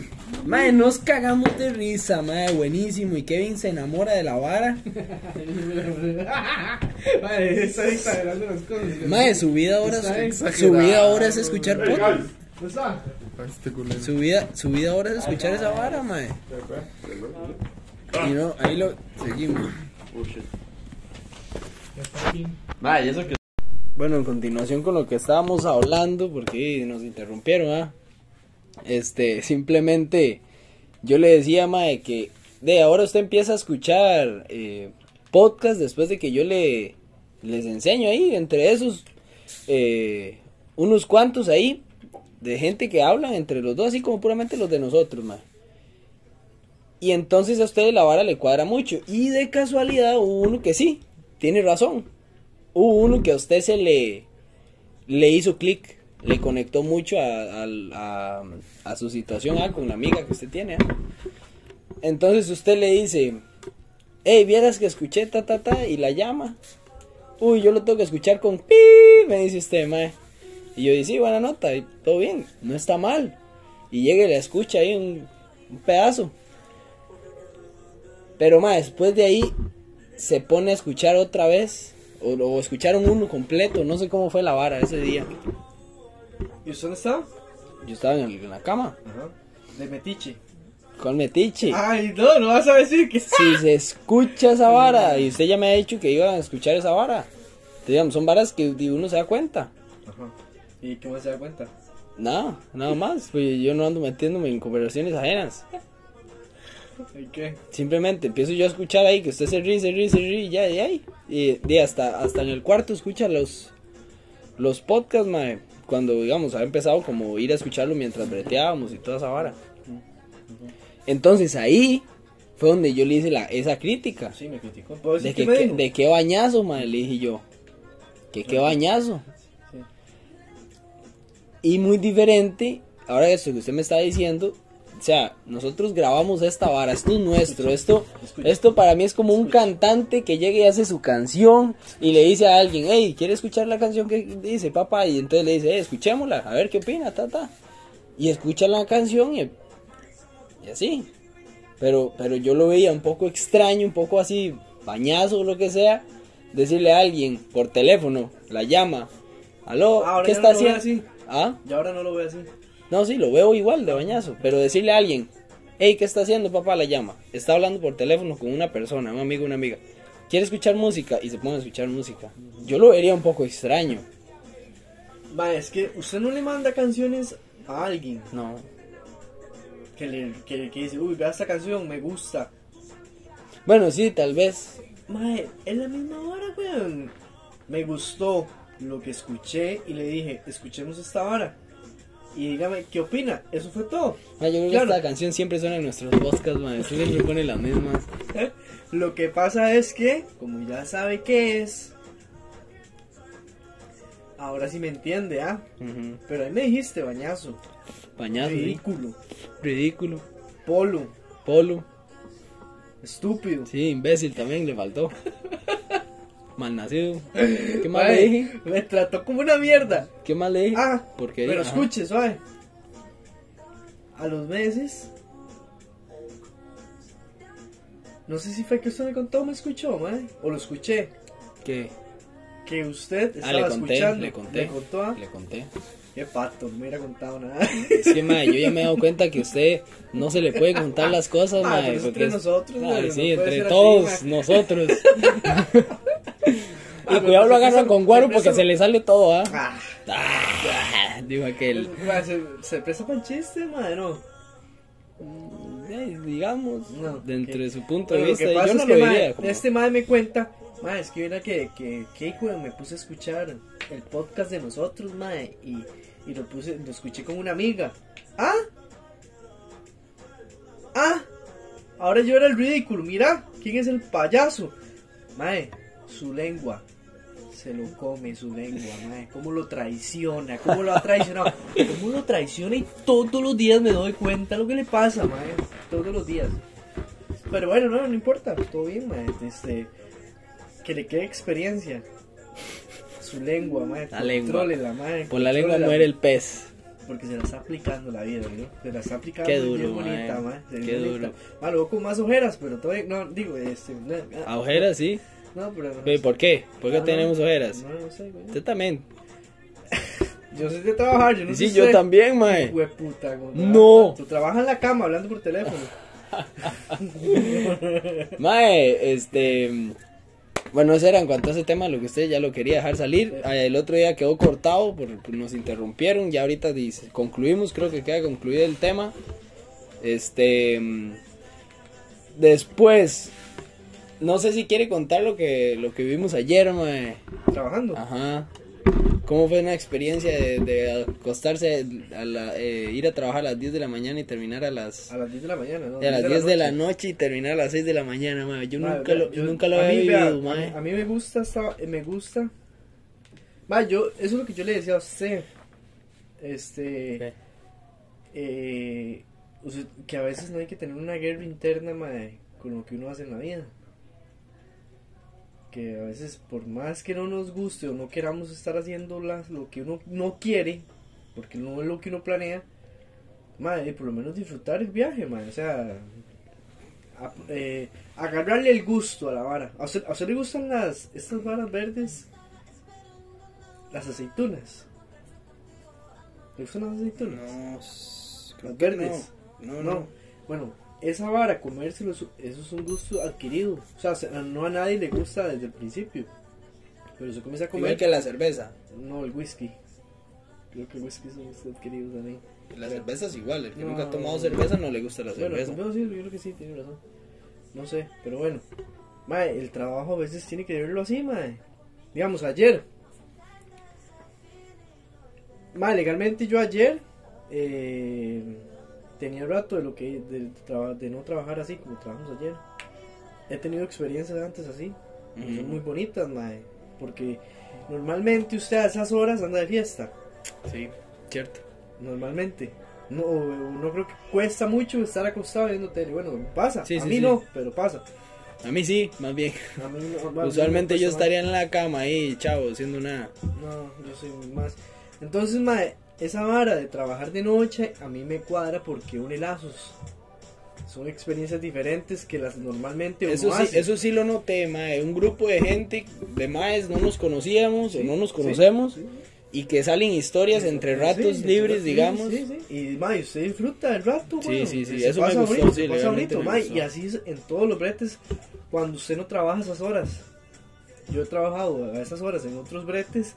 Speaker 1: Mae, nos cagamos de risa, mae, buenísimo. Y Kevin se enamora de la vara.
Speaker 2: Madre, está exagerando las cosas.
Speaker 1: Mae, su vida ahora es,
Speaker 3: Está
Speaker 1: su vida ahora es
Speaker 3: exagerado.
Speaker 1: escuchar podcast.
Speaker 2: ¿No está?
Speaker 3: Este culero.
Speaker 1: Su vida, su vida ahora es escuchar esa vara, mae. Y no, ahí lo seguimos.
Speaker 4: Oh shit.
Speaker 2: aquí.
Speaker 4: Madre, eso que.
Speaker 1: Bueno, en continuación con lo que estábamos hablando, porque nos interrumpieron, ¿ah? Este, simplemente yo le decía a Mae que de ahora usted empieza a escuchar eh, podcast después de que yo le les enseño ahí, entre esos, eh, unos cuantos ahí, de gente que hablan entre los dos, así como puramente los de nosotros, Mae. Y entonces a usted la vara le cuadra mucho. Y de casualidad hubo uno que sí, tiene razón. Hubo uno que a usted se le, le hizo clic, le conectó mucho a, al- a- a su situación ah, con la amiga que usted tiene. ah. Entonces usted le dice, hey, vieras que escuché ta ta ta y la llama. Uy, yo lo tengo que escuchar con pi, me dice usted, mae. Y yo digo, sí, buena nota, y todo bien, no está mal. Y llega y la escucha ahí un, un pedazo. Pero más, después de ahí se pone a escuchar otra vez. O, o escucharon uno completo, no sé cómo fue la vara ese día.
Speaker 5: ¿Y usted dónde estaba?
Speaker 1: Yo estaba en, el- en la cama
Speaker 5: Ajá. De Metiche.
Speaker 1: con Metiche.
Speaker 5: Ay, no, no vas a decir que
Speaker 1: Si se escucha esa vara, y usted ya me ha dicho que iba a escuchar esa vara. Digamos, son varas que di- uno se da cuenta.
Speaker 5: Ajá. ¿Y cómo se da cuenta?
Speaker 1: Nada, nada más. Pues yo no ando metiéndome en conversaciones ajenas.
Speaker 5: ¿Y qué?
Speaker 1: Simplemente empiezo yo a escuchar ahí que usted se ríe, se ríe, se ríe, y ya, y ahí. Y, y hasta, hasta en el cuarto escucha los, los podcasts, mae. Cuando, digamos, ha empezado como ir a escucharlo mientras breteábamos y toda esa vara. Entonces ahí fue donde yo le hice la, esa crítica.
Speaker 5: Sí, me criticó. ¿Puedo
Speaker 1: De
Speaker 5: decir
Speaker 1: que,
Speaker 5: qué me
Speaker 1: que-
Speaker 5: dijo?
Speaker 1: de qué bañazo, mae, le dije yo. Que qué bañazo.
Speaker 5: Sí.
Speaker 1: Y muy diferente, ahora esto que usted me está diciendo, o sea, nosotros grabamos esta vara, esto es nuestro, esto,
Speaker 5: Escucha.
Speaker 1: esto para mí es como un cantante que llega y hace su canción y le dice a alguien, hey, ¿quiere escuchar la canción que dice papá? Y entonces le dice, "Eh, escuchémosla, a ver qué opina, ta, ta. Y escucha la canción y, y así. Pero, pero yo lo veía un poco extraño, un poco así, bañazo o lo que sea, decirle a alguien por teléfono, la llama, aló,
Speaker 5: Ahora
Speaker 1: ¿qué
Speaker 5: ya
Speaker 1: está
Speaker 5: no lo veo
Speaker 1: haciendo? ¿Ah?
Speaker 5: Y ahora no lo voy a hacer.
Speaker 1: No, sí, lo veo igual de bañazo, pero decirle a alguien, hey, ¿qué está haciendo papá? La llama. Está hablando por teléfono con una persona, un amigo, una amiga. Quiere escuchar música y se pone a escuchar música. Yo lo vería un poco extraño.
Speaker 5: Va, es que usted no le manda canciones a alguien
Speaker 1: No.
Speaker 5: que le que, que dice, uy, vea esta canción, me gusta.
Speaker 1: Bueno, sí, tal vez.
Speaker 5: Mae, es la misma hora, weón. Me gustó lo que escuché y le dije, escuchemos esta hora. Y dígame, ¿qué opina? Eso fue todo.
Speaker 1: Ma, yo creo que
Speaker 5: Claro.
Speaker 1: esta canción siempre suena en nuestros podcasts, man. Siempre pone las mismas.
Speaker 5: Lo que pasa es que, como ya sabe qué es, ahora sí me entiende, ¿ah?
Speaker 1: Ujú.
Speaker 5: Pero ahí me dijiste, bañazo,
Speaker 1: Bañazo, sí.
Speaker 5: ridículo,
Speaker 1: Ridículo.
Speaker 5: polo,
Speaker 1: Polo.
Speaker 5: estúpido.
Speaker 1: Sí, imbécil también le faltó. Malnacido. ¿Qué más le
Speaker 5: Mae,
Speaker 1: dije?
Speaker 5: me trató como una mierda.
Speaker 1: ¿Qué más le dije?
Speaker 5: Ah,
Speaker 1: Porquería,
Speaker 5: pero
Speaker 1: ajá.
Speaker 5: escuche, suave. A los meses. No sé si fue que usted me contó o me escuchó, mae. O lo escuché.
Speaker 1: ¿Qué?
Speaker 5: Que usted
Speaker 1: Ah,
Speaker 5: estaba
Speaker 1: le conté,
Speaker 5: escuchando.
Speaker 1: le conté.
Speaker 5: Me contó, ah.
Speaker 1: Le conté.
Speaker 5: Qué pato, no me hubiera
Speaker 1: [LAUGHS]
Speaker 5: contado nada. [LAUGHS]
Speaker 1: Es que, madre, yo ya me he dado cuenta que usted no se le puede contar las cosas,
Speaker 5: Ah,
Speaker 1: madre.
Speaker 5: pero es entre
Speaker 1: es-
Speaker 5: nosotros,
Speaker 1: Ay,
Speaker 5: madre, no
Speaker 1: sí,
Speaker 5: puede
Speaker 1: entre
Speaker 5: ser así,
Speaker 1: todos
Speaker 5: madre. [LAUGHS]
Speaker 1: nosotros. y
Speaker 5: pero
Speaker 1: cuidado lo
Speaker 5: entonces
Speaker 1: agarran
Speaker 5: eso-
Speaker 1: con guaro
Speaker 5: siempre
Speaker 1: porque
Speaker 5: eso-
Speaker 1: se le sale todo, ¿ah?
Speaker 5: Ah,
Speaker 1: Ah, Digo aquel.
Speaker 5: mae, se, se presta para el chiste, madre, no.
Speaker 1: eh, digamos,
Speaker 5: No,
Speaker 1: dentro
Speaker 5: que-
Speaker 1: de su punto
Speaker 5: Bueno,
Speaker 1: de
Speaker 5: lo que
Speaker 1: vista,
Speaker 5: pasa
Speaker 1: yo no
Speaker 5: es
Speaker 1: lo
Speaker 5: que mae,
Speaker 1: diría. como-
Speaker 5: este madre me cuenta, madre, es que viera que, que, que, hijo de- me puse a escuchar el podcast de nosotros, madre, y, y lo puse, lo escuché con una amiga. ¿Ah? ¿Ah? Ahora yo era el ridículo, mira, ¿quién es el payaso? Madre, su lengua. Se lo come su lengua, madre. ¿Cómo lo traiciona? ¿Cómo lo ha traicionado? ¿Cómo lo traiciona? Y todos los días me doy cuenta lo que le pasa, madre. Todos los días. Pero bueno, no, no importa, todo bien, mae. Este, que le quede experiencia. su lengua, mae.
Speaker 1: La lengua.
Speaker 5: Contrólela, mae.
Speaker 1: Por la lengua
Speaker 5: contrólela.
Speaker 1: muere el pez.
Speaker 5: Porque se la está aplicando la vida, ¿no? Se la está aplicando.
Speaker 1: Qué
Speaker 5: y es
Speaker 1: duro,
Speaker 5: bien
Speaker 1: mae.
Speaker 5: bonita, mae. Se ve
Speaker 1: Qué
Speaker 5: bonita.
Speaker 1: duro.
Speaker 5: Mae, luego con más ojeras, pero todavía. No, digo, este. No,
Speaker 1: ¿A ojeras, sí?
Speaker 5: no, pero.
Speaker 1: Ve, Ah, ¿Por qué? ¿Por qué
Speaker 5: Ah,
Speaker 1: tenemos ojeras?
Speaker 5: No, no sé, güey.
Speaker 1: Usted también.
Speaker 5: Yo sé de trabajar, yo no sé.
Speaker 1: Sí, yo
Speaker 5: usted.
Speaker 1: también, mae.
Speaker 5: Hueputa, güey.
Speaker 1: No.
Speaker 5: Tú trabajas en la cama hablando por teléfono.
Speaker 1: Mae, este. Bueno, eso era en cuanto a ese tema, lo que usted ya lo quería dejar salir. Ah, El otro día quedó cortado, por, por- nos interrumpieron. Ya ahorita dice, concluimos, creo que queda concluido el tema. Este. mm, Después, no sé si quiere contar lo que, lo que vimos ayer, mae.
Speaker 5: Trabajando.
Speaker 1: Ajá. ¿Cómo fue una experiencia de, de acostarse, a la- eh, ir a trabajar a las 10 de la mañana y terminar a las
Speaker 5: A las 10 de la mañana, ¿no?
Speaker 1: y a las 10 de la noche y terminar a las 6 de la mañana, mae. Yo
Speaker 5: Mae,
Speaker 1: nunca lo,
Speaker 5: vea,
Speaker 1: yo
Speaker 5: yo-
Speaker 1: nunca lo
Speaker 5: a
Speaker 1: había
Speaker 5: mí, vea,
Speaker 1: vivido,
Speaker 5: a mí-
Speaker 1: mae.
Speaker 5: A mí me gusta esta. eh, Me gusta. Mae, yo. Eso es lo que yo le decía a usted. Este.
Speaker 1: ¿Qué?
Speaker 5: eh, o sea, que a veces no hay que tener una guerra interna, mae, con lo que uno hace en la vida. Que a veces, por más que no nos guste o no queramos estar haciendo las, lo que uno no quiere, porque no es lo que uno planea, mae, por lo menos disfrutar el viaje, mae, o sea, a- eh, agarrarle el gusto a la vara. ¿A usted, a usted le gustan las, estas varas verdes? Las aceitunas. ¿Le gustan las aceitunas?
Speaker 4: No, s- creo
Speaker 5: Las
Speaker 4: que
Speaker 5: verdes.
Speaker 4: No, no.
Speaker 5: No,
Speaker 4: no.
Speaker 5: bueno, esa vara, comérselo, eso eso es un gusto adquirido. O sea, se- no a nadie le gusta desde el principio. Pero se comienza a comer.
Speaker 1: la cerveza.
Speaker 5: No, el whisky. Creo que el whisky es un gusto adquirido también.
Speaker 1: La cerveza es igual. El
Speaker 5: que nunca ha tomado
Speaker 1: cerveza no le gusta la
Speaker 5: Bueno, pues, con pedo sí, yo creo que sí, tiene razón. No sé, pero bueno. Mae, el trabajo a veces tiene que verlo así, mae. Digamos, ayer. Mae, legalmente yo ayer eh, tenía rato de lo que de, traba- de no trabajar así como trabajamos ayer. He tenido experiencias antes así, que son pues, muy bonitas, mae, porque normalmente usted a esas horas anda de fiesta.
Speaker 1: Sí, cierto.
Speaker 5: Normalmente. No, no creo que cuesta mucho estar acostado viendo tele. Bueno, pasa.
Speaker 1: Sí,
Speaker 5: a
Speaker 1: sí,
Speaker 5: mí
Speaker 1: sí.
Speaker 5: no, pero pasa.
Speaker 1: A mí sí, más bien.
Speaker 5: A mí no- a mí pues, no me
Speaker 1: Usualmente yo
Speaker 5: cuesta
Speaker 1: estaría en la cama ahí, chavo, haciendo nada.
Speaker 5: más. No, yo soy más. Entonces, mae, esa vara de trabajar de noche a mí me cuadra porque une lazos. Son experiencias diferentes que las normalmente uno
Speaker 1: Eso sí,
Speaker 5: hace.
Speaker 1: eso sí lo noté, mae. Un grupo de gente, de maes, no nos conocíamos o
Speaker 5: Sí,
Speaker 1: no nos
Speaker 5: sí,
Speaker 1: conocemos.
Speaker 5: sí.
Speaker 1: Y que salen historias entre
Speaker 5: Sí,
Speaker 1: ratos
Speaker 5: sí,
Speaker 1: libres,
Speaker 5: sí,
Speaker 1: digamos.
Speaker 5: sí, sí. Y mae, usted disfruta del rato,
Speaker 1: Sí,
Speaker 5: weón.
Speaker 1: sí, sí,
Speaker 5: Se
Speaker 1: eso me
Speaker 5: pasa
Speaker 1: gustó,
Speaker 5: bonito,
Speaker 1: sí,
Speaker 5: se pasa
Speaker 1: legalmente
Speaker 5: bonito,
Speaker 1: me
Speaker 5: mae,
Speaker 1: gustó.
Speaker 5: Y así es en todos los bretes cuando usted no trabaja esas horas. Yo he trabajado a esas horas en otros bretes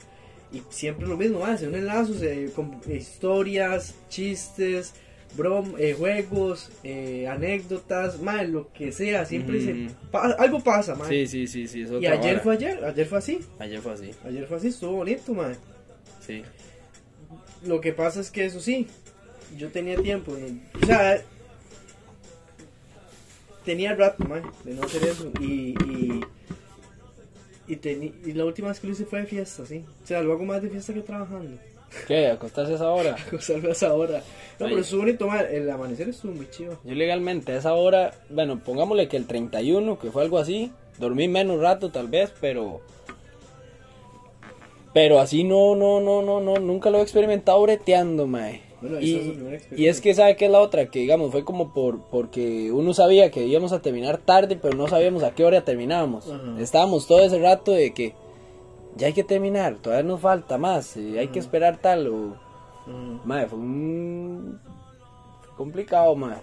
Speaker 5: y siempre lo mismo, mae, se unen lazos eh, con historias, chistes, brom, eh, juegos, eh, anécdotas, mae, lo que sea, siempre
Speaker 1: Ujú.
Speaker 5: se pa- algo pasa, mae.
Speaker 1: Sí, sí, sí, sí. es
Speaker 5: y
Speaker 1: otra
Speaker 5: ayer
Speaker 1: vara.
Speaker 5: fue ayer, ayer fue así,
Speaker 1: Ayer fue así,
Speaker 5: ayer fue así, estuvo bonito, mae.
Speaker 1: sí.
Speaker 5: Lo que pasa es que eso sí, yo tenía tiempo. ¿no? O sea, tenía rato, man, de no hacer eso. Y, y, y, teni- y la última vez que lo hice fue de fiesta, sí. O sea, lo hago más de fiesta que trabajando. [LAUGHS]
Speaker 1: ¿Qué? ¿Acostarse a esa hora?
Speaker 5: O sea, lo hago ahora. No,
Speaker 1: Ay.
Speaker 5: pero estuvo bonito, man. El amanecer estuvo muy chido.
Speaker 1: Yo legalmente a esa hora, bueno, pongámosle que el 31, que fue algo así, dormí menos rato tal vez, pero... Pero así no, no, no, no, no, nunca lo he experimentado breteando, mae.
Speaker 5: Bueno, esa
Speaker 1: y,
Speaker 5: es su primera experiencia.
Speaker 1: y es que, ¿sabe qué es la otra? Que digamos, fue como por porque uno sabía que íbamos a terminar tarde, pero no sabíamos a qué hora terminábamos.
Speaker 5: Ajá.
Speaker 1: Estábamos todo ese rato de que ya hay que terminar, todavía nos falta más, eh, hay que esperar tal o... Mae, fue un... complicado, mae.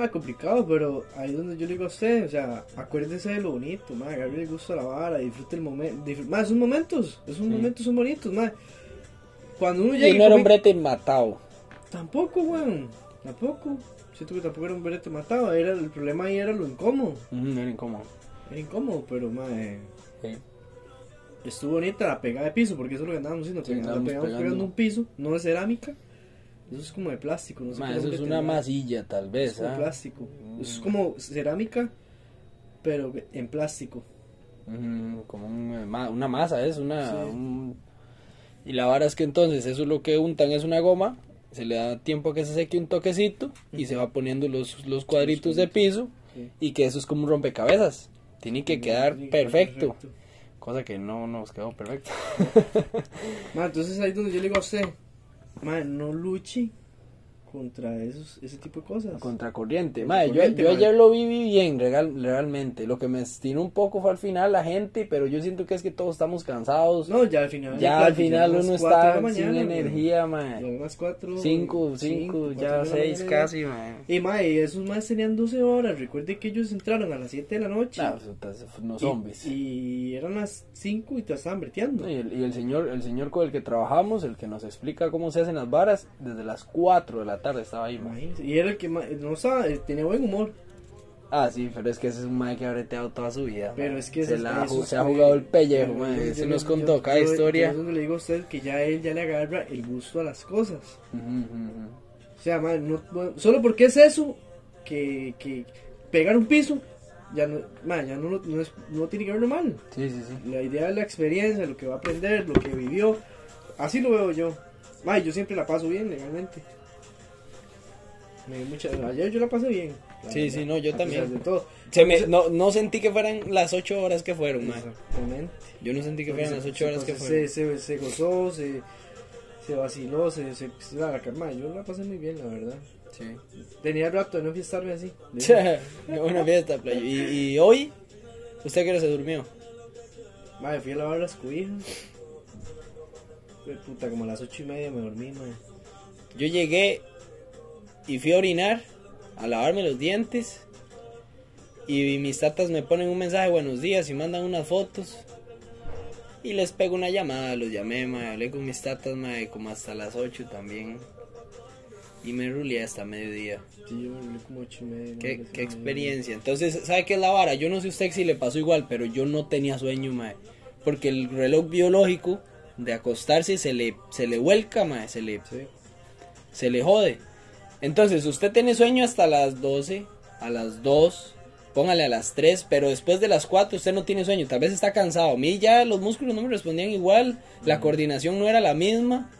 Speaker 5: Ah, complicado, pero ahí es donde yo le digo a usted, o sea, acuérdese de lo bonito, ma, agarre el gusto a la vara, disfrute el momento, más esos momentos, esos momentos son bonitos, ma. Cuando uno llega
Speaker 1: Y
Speaker 5: Pues y
Speaker 1: no era
Speaker 5: come-
Speaker 1: un brete matado.
Speaker 5: Tampoco, weón. Tampoco. Siento que tampoco era un brete matado. Era, el problema ahí era lo incómodo.
Speaker 1: era incómodo.
Speaker 5: Era incómodo, pero mae. Estuvo bonita la pegada de piso, porque eso es lo que andábamos haciendo.
Speaker 1: Sí,
Speaker 5: pega- la
Speaker 1: andábamos
Speaker 5: pegamos
Speaker 1: pegando.
Speaker 5: pegando un piso, no de cerámica. Eso es como de plástico, no sé
Speaker 1: Ma,
Speaker 5: qué
Speaker 1: eso
Speaker 5: nombre
Speaker 1: es una
Speaker 5: tendrá.
Speaker 1: masilla, tal
Speaker 5: Es
Speaker 1: vez.
Speaker 5: como
Speaker 1: ¿ah?
Speaker 5: plástico.
Speaker 1: Mm.
Speaker 5: Eso es como cerámica, pero en plástico.
Speaker 1: Ujú, como un, eh, ma- una masa, es una.
Speaker 5: Sí.
Speaker 1: un- Y la vara es que entonces eso es lo que untan es una goma. Se le da tiempo a que se seque un toquecito y se va poniendo los, los cuadritos de piso
Speaker 5: Sí.
Speaker 1: y que eso es como un rompecabezas. Tiene que quedar
Speaker 5: Sí,
Speaker 1: perfecto.
Speaker 6: Cosa que no nos quedó perfecta.
Speaker 5: Ma, entonces ahí es donde yo le digo a usted, ma, no luche contra esos, ese tipo de cosas.
Speaker 6: Contracorriente. Mae, yo,
Speaker 5: Contracorriente,
Speaker 6: yo
Speaker 5: mae.
Speaker 6: ayer lo viví bien, regal- realmente. Lo que me estiró un poco fue al final la gente, pero yo siento que es que todos estamos cansados.
Speaker 5: No, ya al final.
Speaker 6: ya al
Speaker 5: las
Speaker 6: final uno
Speaker 5: 4 de la
Speaker 6: está sin
Speaker 5: mañana, güey.
Speaker 6: energía,
Speaker 5: Ya
Speaker 6: mae.
Speaker 5: eran las 4.
Speaker 6: Cinco, cinco, ya seis casi, mae.
Speaker 5: Y mae, y esos más tenían 12 horas. Recuerde que ellos entraron a las 7 de la noche.
Speaker 6: Nah, pues, tas- no zombies.
Speaker 5: Y,
Speaker 6: Y,
Speaker 5: y eran las 5 y te estaban breteando.
Speaker 6: el, y el señor el señor con el que trabajamos, el que nos explica cómo se hacen las varas, desde las 4 de la tarde estaba ahí, mae.
Speaker 5: Imagínese. Y era el que ma- no sabe, eh, tenía buen humor.
Speaker 6: Ah, sí, pero es que ese es un mae que ha breteado toda su vida.
Speaker 5: Pero
Speaker 6: mae.
Speaker 5: es que
Speaker 6: se,
Speaker 5: esas-
Speaker 6: la ha ju-
Speaker 5: esos-
Speaker 6: se ha jugado el pellejo,
Speaker 5: Yo-
Speaker 6: mae.
Speaker 5: yo-
Speaker 6: Ese
Speaker 5: yo-
Speaker 6: nos
Speaker 5: yo-
Speaker 6: contó
Speaker 5: yo-
Speaker 6: cada
Speaker 5: yo-
Speaker 6: historia.
Speaker 5: yo es donde le digo a usted que ya él ya le agarra el gusto a las cosas.
Speaker 6: Ujú, ujú, ujú.
Speaker 5: O sea, mae, no, bueno, solo porque es eso que, que pegar un piso ya no, mae, ya no, lo- no, es- no tiene que verlo mal.
Speaker 6: Sí, sí, sí.
Speaker 5: La idea es la experiencia, lo que va a aprender, lo que vivió. Así lo veo yo. Mae, yo siempre la paso bien legalmente. Me dio mucha- ayer yo la pasé bien. la
Speaker 1: Sí, sí, no, yo
Speaker 5: a pesar
Speaker 1: también.
Speaker 5: de todo.
Speaker 1: Se me, no, no sentí que fueran las ocho horas que fueron, mae.
Speaker 5: Exactamente.
Speaker 1: Yo no sentí que fueran las ocho horas que
Speaker 5: Pues, Entonces,
Speaker 1: fueron.
Speaker 5: Se, se, se gozó, se, se vaciló, se, se, se la calma. Yo la pasé muy bien, la verdad.
Speaker 6: Sí.
Speaker 5: Tenía rato de no
Speaker 1: [LAUGHS]
Speaker 5: fiestarme así. De-
Speaker 1: Qué buena fiesta, playo. Y, y hoy, ¿usted que se durmió?
Speaker 5: Madre, fui a lavar las cobijas. Fue puta, como a las ocho y media me dormí, madre.
Speaker 1: Yo llegué y fui a orinar, a lavarme los dientes. Y mis tatas me ponen un mensaje buenos días y mandan unas fotos. Y les pego una llamada, los llamé, mae, hablé con mis tatas, mae, como hasta las 8 también. Y me ruleé hasta mediodía.
Speaker 5: Sí, yo me dormí como ocho y media. nueve,
Speaker 1: Qué,
Speaker 5: diez y
Speaker 1: qué
Speaker 5: media.
Speaker 1: experiencia. Entonces, ¿sabe qué es la vara? Yo no sé usted si le pasó igual, pero yo no tenía sueño, mae. Porque el reloj biológico de acostarse se le, se le vuelca, mae, se le,
Speaker 5: Sí.
Speaker 1: se le jode. Entonces, usted tiene sueño hasta las 12, a las 2, póngale a las 3, pero después de las 4 usted no tiene sueño, tal vez está cansado. A mí ya los músculos no me respondían igual, la coordinación no era la misma,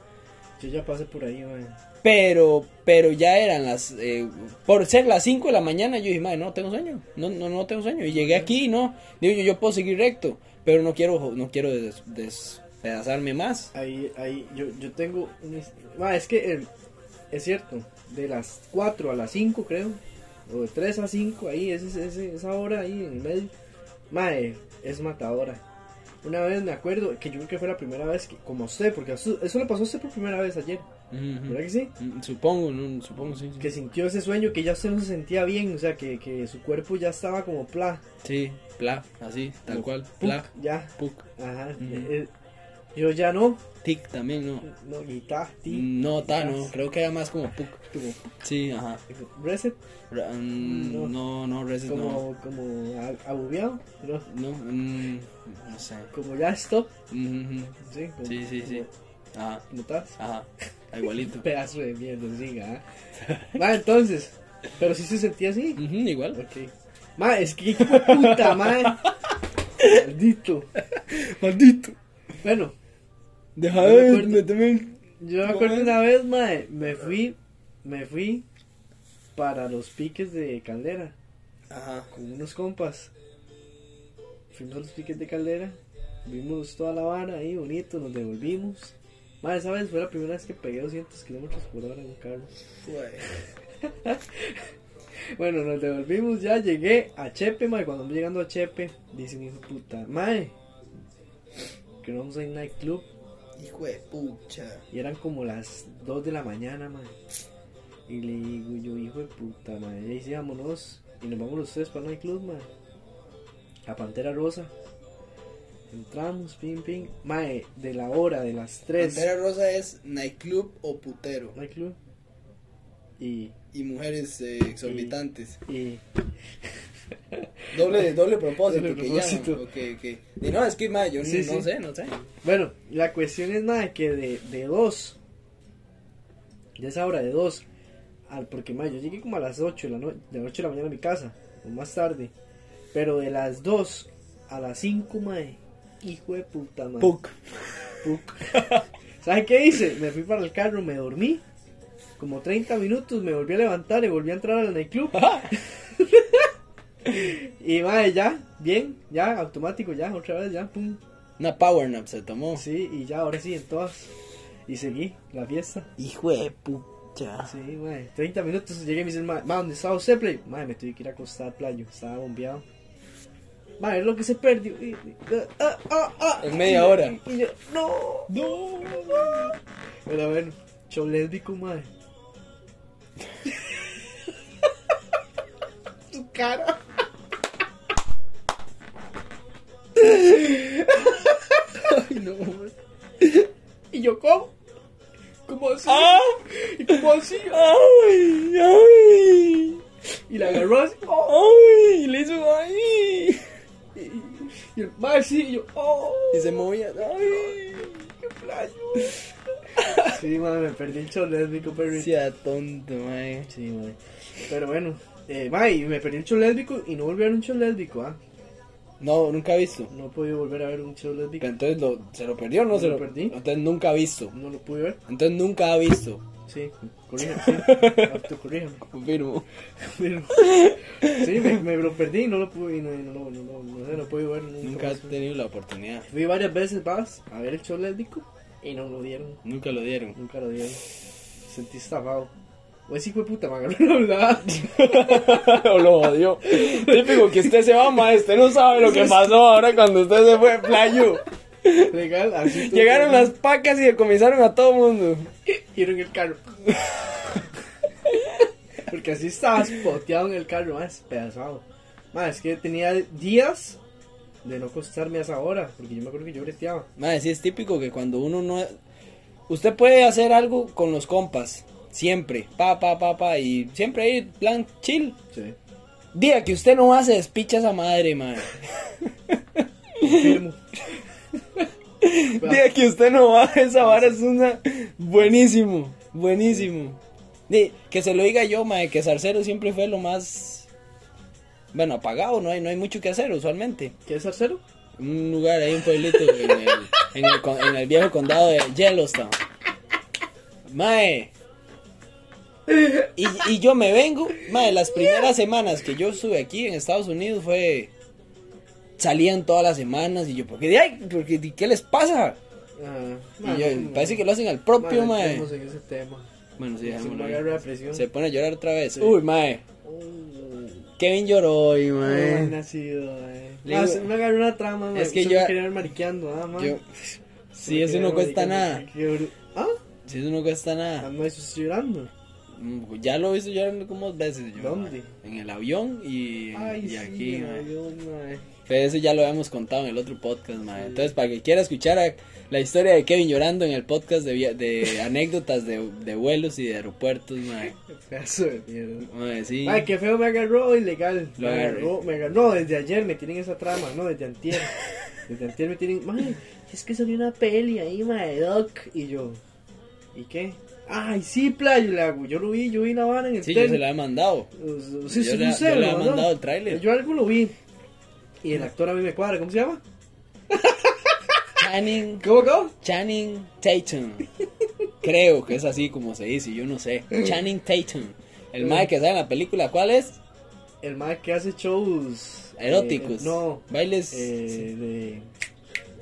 Speaker 5: Yo ya pasé por ahí, madre.
Speaker 1: pero pero ya eran las, eh, por ser las 5 de la mañana, yo dije, madre, no tengo sueño, no, no, no tengo sueño. Y llegué aquí, y no, digo yo, yo puedo seguir recto, pero no quiero, no quiero des- despedazarme más.
Speaker 5: Ahí, ahí, yo, yo tengo un... his- Ma, es que eh, es cierto, de las 4 a las 5 creo, o de 3 a 5, ahí, ese, ese- esa hora ahí en el medio, madre, es matadora. Una vez me acuerdo, que yo creo que fue la primera vez, que, como usted, porque eso, eso le pasó a usted por primera vez ayer,
Speaker 1: Ujú.
Speaker 5: ¿verdad que sí?
Speaker 1: Mm, Supongo, no, supongo, sí. sí.
Speaker 5: Que sintió ese sueño, que ya usted no se sentía bien, o sea, que, que su cuerpo ya estaba como pla,
Speaker 1: Sí, pla, así, tal
Speaker 5: Como
Speaker 1: cual,
Speaker 5: puc,
Speaker 1: pla,
Speaker 5: ya,
Speaker 1: puc.
Speaker 5: ajá,
Speaker 1: Ujú.
Speaker 5: eh, eh, yo ya no,
Speaker 1: Tic también, no.
Speaker 5: no, y ta, ti,
Speaker 1: No, ta, no.
Speaker 5: tas.
Speaker 1: Creo que era más como puc.
Speaker 5: como,
Speaker 1: Sí, ajá.
Speaker 5: reset,
Speaker 1: Ra- mm,
Speaker 5: No.
Speaker 1: no, no, reces, no.
Speaker 5: como, como a- agobiado, ¿no?
Speaker 1: No, mm, no sé.
Speaker 5: como ya stop,
Speaker 1: Mm, mm, mm.
Speaker 5: sí, como,
Speaker 1: Sí, sí, sí.
Speaker 5: como-
Speaker 1: Ajá,
Speaker 5: como tas,
Speaker 1: ajá. Ah, [LAUGHS] Igualito.
Speaker 5: pedazo de mierda, sí, ah. Ma, entonces, pero si se sentía así,
Speaker 1: Ujú, Igual.
Speaker 5: ok, ma, es que hijo de
Speaker 1: [LAUGHS]
Speaker 5: puta, ma, maldito,
Speaker 1: Maldito.
Speaker 5: bueno,
Speaker 1: Deja
Speaker 5: de verme
Speaker 1: también.
Speaker 5: yo me acuerdo una vez, ma, me fui, me fui para los piques de Caldera,
Speaker 1: Ajá.
Speaker 5: con unos compas. Fuimos a los piques de caldera, vimos toda la vara ahí bonito, nos devolvimos. Madre, esa vez fue la primera vez que pegué 200 kilómetros por hora en un carro. Bueno, nos devolvimos ya, llegué a Chepe, madre. Cuando vamos llegando a Chepe, dice un hijo de puta, madre, que no vamos a ir a nightclub.
Speaker 2: Hijo de pucha.
Speaker 5: Y eran como las 2 de la mañana, madre. Y le digo yo, hijo de puta, madre. Y ahí sí, vámonos. Y nos vamos los tres para el nightclub, madre. La Pantera Rosa. Entramos, ping, ping. Madre, de la hora, de las 3.
Speaker 1: Rosa es nightclub o putero.
Speaker 5: Nightclub. Y,
Speaker 1: Y mujeres eh,
Speaker 5: exorbitantes. y
Speaker 1: Doble, doble propósito,
Speaker 5: Doble
Speaker 1: que
Speaker 5: propósito.
Speaker 1: llaman, okay, okay. Y no, es que ma, yo
Speaker 5: Sí,
Speaker 1: no,
Speaker 5: sí.
Speaker 1: sé, no sé.
Speaker 5: Bueno, la cuestión es nada que de, de dos, de esa hora de dos, al, porque más yo llegué como a las 8 de la, no- de las ocho de la mañana a mi casa, o más tarde, pero de las 2 a las 5, mae, hijo de puta, mae.
Speaker 1: Puc.
Speaker 5: Puc. [LAUGHS] ¿Sabes qué hice? Me fui para el carro, me dormí, como 30 minutos, me volví a levantar y volví a entrar al nightclub. y mae, ya, bien, ya, automático, ya, otra vez, ya, pum,
Speaker 1: [LAUGHS] Una power nap se tomó.
Speaker 5: Sí, y ya, ahora sí, entonces. Y seguí la fiesta.
Speaker 1: Hijo de pucha.
Speaker 5: Ah, Sí, mae, 30 minutos llegué y me dicen, mae, mae, ¿dónde estaba usted, play? Mae, me tuve que ir a acostar, playo, estaba bombeado. Mae, es lo que se perdió. Y- y- ah, ah, ah.
Speaker 1: En media
Speaker 5: Y-
Speaker 1: hora.
Speaker 5: Y, y yo, no, no. Pero bueno, show lésbico, mae. [LAUGHS] tu [LAUGHS] cara. Ay, no, mae. Y yo, ¿cómo? ¿Cómo así?
Speaker 1: Ah,
Speaker 5: ¿Y cómo así?
Speaker 1: ¡Ay! ¡Ay!
Speaker 5: Y la agarró así. ¡oh!
Speaker 1: ¡Ay! Le hizo ¡Ay!
Speaker 5: Y el mae, sí, y yo, ¡oh!
Speaker 1: Y se movía. ¡Ay!
Speaker 5: ¡Qué playo! Sí, madre, me perdí el show lésbico, perrito. Sí,
Speaker 1: Sea tonto, mae.
Speaker 5: madre. Pero bueno, eh, mae, y me perdí el show lésbico y no volví a ver un show lésbico, ¿ah?
Speaker 1: No, nunca ha visto.
Speaker 5: No pude volver a ver un show lésbico.
Speaker 1: Entonces lo, se lo perdió, no
Speaker 5: Me
Speaker 1: se
Speaker 5: lo
Speaker 1: lo
Speaker 5: perdí.
Speaker 1: Entonces nunca ha visto.
Speaker 5: No lo pude ver.
Speaker 1: Entonces nunca ha visto.
Speaker 5: Sí, corríjame, sí. Autocorríjame.
Speaker 1: Confirmo.
Speaker 5: Pero- Sí, me, me lo perdí y no lo pude, y no, no, no, no, no, sé, no pude ver.
Speaker 1: Nunca ha
Speaker 5: más.
Speaker 1: tenido la oportunidad.
Speaker 5: Fui varias veces más a ver el show lésbico y no lo dieron.
Speaker 1: Nunca lo dieron.
Speaker 5: Nunca lo dieron. Sentí estafado. O ese hijo de puta me agarró la hablada.
Speaker 1: [LAUGHS] o lo odió. Típico que usted se va, mae. Usted no sabe lo que pasó ahora cuando usted se fue, playo.
Speaker 5: [LAUGHS] Legal, así. todo.
Speaker 1: Llegaron las pacas y decomisaron a todo mundo.
Speaker 5: Dieron el carro. [LAUGHS] Porque así estabas poteado en el carro, más despedazado. Más, es que tenía días de no acostarme a esa hora. Porque yo me acuerdo que yo breteaba.
Speaker 1: Madre, sí es típico que cuando uno no... Usted puede hacer algo con los compas, siempre, pa, pa, pa, pa, y siempre hay plan chill.
Speaker 5: Sí.
Speaker 1: Día que usted no hace despicha esa madre, madre.
Speaker 5: Confirmo.
Speaker 1: [LAUGHS] Día que usted no va, esa vara es una... Buenísimo, buenísimo. Di, que se lo diga yo, madre, que Sarcero siempre fue lo más... Bueno, apagado, no hay, no hay mucho que hacer usualmente.
Speaker 5: ¿Quieres ser cero?
Speaker 1: Un lugar, hay un pueblito en el, en el con- en el viejo condado de Yellowstone. Mae. Y, y yo me vengo, mae, las primeras semanas que yo estuve aquí en Estados Unidos fue... Salían todas las semanas y yo, porque de ahí, porque de- ¿qué les pasa?
Speaker 5: Ah,
Speaker 1: Y
Speaker 5: ma,
Speaker 1: yo,
Speaker 5: no,
Speaker 1: parece que
Speaker 5: ma.
Speaker 1: lo hacen al propio,
Speaker 5: Ma, no
Speaker 1: mae.
Speaker 5: entremos en ese tema.
Speaker 1: Bueno, sí,
Speaker 5: Se me
Speaker 1: dejémoslo ahí.
Speaker 5: agarra la presión. Uh.
Speaker 1: Se pone a llorar otra vez.
Speaker 5: Sí.
Speaker 1: Uy, mae. Kevin lloró hoy,
Speaker 5: Ay,
Speaker 1: mae.
Speaker 5: nacido, eh.
Speaker 1: Le
Speaker 5: Ah,
Speaker 1: digo-
Speaker 5: se me agarró una trama,
Speaker 1: Es
Speaker 5: ma,
Speaker 1: que
Speaker 5: yo
Speaker 1: yo-
Speaker 5: me quería ir mariqueando, ah, ma.
Speaker 1: Yo,
Speaker 5: Me
Speaker 1: si
Speaker 5: quería
Speaker 1: eso
Speaker 5: ir
Speaker 1: no cuesta
Speaker 5: mariqueando,
Speaker 1: nada,
Speaker 5: qué- qué bru- ¿Ah?
Speaker 1: si eso no cuesta nada.
Speaker 5: Ah, no, eso estoy llorando.
Speaker 1: Mm, Ya lo he visto llorar como dos veces. Yo,
Speaker 5: ¿Dónde?
Speaker 1: ma. En el avión y,
Speaker 5: Ay,
Speaker 1: y
Speaker 5: sí,
Speaker 1: aquí. ma.
Speaker 5: ay, Dios, ma.
Speaker 1: Pero eso ya lo habíamos contado en el otro podcast. ma. Entonces, para que quiera escuchar a- la historia de Kevin llorando en el podcast de, via- de [LAUGHS] anécdotas de, de vuelos y de aeropuertos, ma.
Speaker 5: Qué pedazo de mierda.
Speaker 1: Ma, sí.
Speaker 5: Ay, qué feo me agarró, ilegal.
Speaker 1: Lo
Speaker 5: me
Speaker 1: agarré.
Speaker 5: agarró, me agarró. No, desde ayer me tienen esa trama, no,
Speaker 1: [LAUGHS]
Speaker 5: desde antier. desde antier me tienen. Mae, es que salió una peli ahí, mae, Doc. Y yo, ¿y qué? Ay, sí, playo, le hago. Yo lo vi, yo vi la vara en el
Speaker 1: Sí, yo
Speaker 5: tele.
Speaker 1: se la he mandado.
Speaker 5: Uh, Sí,
Speaker 1: Yo
Speaker 5: sí,
Speaker 1: le-
Speaker 5: yo sé,
Speaker 1: yo le
Speaker 5: lo
Speaker 1: he
Speaker 5: mandó.
Speaker 1: mandado el tráiler.
Speaker 5: Yo algo lo vi. Y el actor a mí me cuadra, ¿cómo se llama?
Speaker 1: Channing,
Speaker 5: ¿Cómo, cómo?
Speaker 1: Channing Tatum. Creo que es así como se dice, yo no sé. Channing Tatum.
Speaker 5: Eh.
Speaker 1: El mae que sale en la película, ¿cuál es?
Speaker 5: El mae que hace shows eh,
Speaker 1: Eróticos.
Speaker 5: no,
Speaker 1: Bailes.
Speaker 5: eh, de.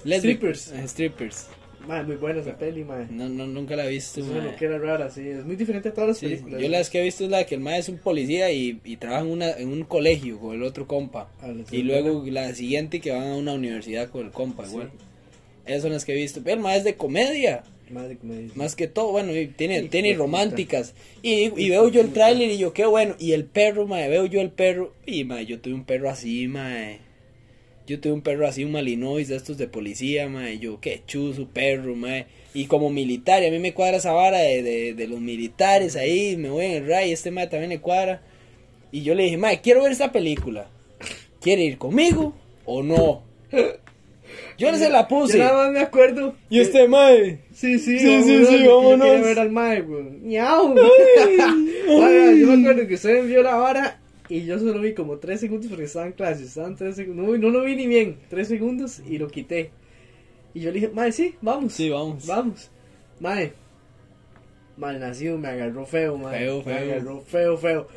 Speaker 1: lésbicos.
Speaker 5: strippers.
Speaker 1: Eh, Strippers.
Speaker 5: Mae, muy buena esa peli, mae.
Speaker 1: No, no, nunca la he visto,
Speaker 5: Es
Speaker 1: mae.
Speaker 5: una loquera rara, sí. Es muy diferente a todas las
Speaker 1: Sí,
Speaker 5: películas.
Speaker 1: yo las que he visto es la que el mae es un policía y, y trabaja en, una, en un colegio con el otro compa.
Speaker 5: Ah, la
Speaker 1: Y
Speaker 5: segunda.
Speaker 1: luego la siguiente que van a una universidad con el compa,
Speaker 5: Sí.
Speaker 1: igual. Esas son las que he visto. Pero el mae es de comedia,
Speaker 5: Más de comedia.
Speaker 1: más que todo. Bueno, y tiene,
Speaker 5: Hijo
Speaker 1: tiene
Speaker 5: de puta.
Speaker 1: románticas. Y, y
Speaker 5: Hijo
Speaker 1: veo
Speaker 5: de
Speaker 1: yo el
Speaker 5: puta.
Speaker 1: tráiler y yo, qué bueno. Y el perro, mae, veo yo el perro. Y mae, yo tuve un perro así, mae. Yo tuve un perro así, un malinois de estos de policía, mae. Yo, qué chuzo, perro, mae. Y como militar, y a mí me cuadra esa vara de, de, de los militares ahí. Me voy en el ray, este mae también le cuadra. Y yo le dije, mae, quiero ver esta película. ¿Quiere ir conmigo o no? Yo se la
Speaker 5: Yo
Speaker 1: puse.
Speaker 5: nada más me acuerdo.
Speaker 1: Y este mae.
Speaker 5: Sí, sí,
Speaker 1: Sí, sí, sí,
Speaker 5: yo
Speaker 1: vámonos.
Speaker 5: quería ver al mae, weón. ¡Miau! [LAUGHS] Mae, yo me acuerdo que usted envió la vara y yo solo vi como 3 segundos porque estaba en clase. Estaban 3 segundos. No, no lo vi ni bien. 3 segundos y lo quité. Y yo le dije, mae, sí, vamos.
Speaker 1: Sí, vamos.
Speaker 5: Vamos. Mae. Mal nacido, me agarró feo, mae.
Speaker 1: Feo,
Speaker 5: Me
Speaker 1: feo.
Speaker 5: agarró feo, feo.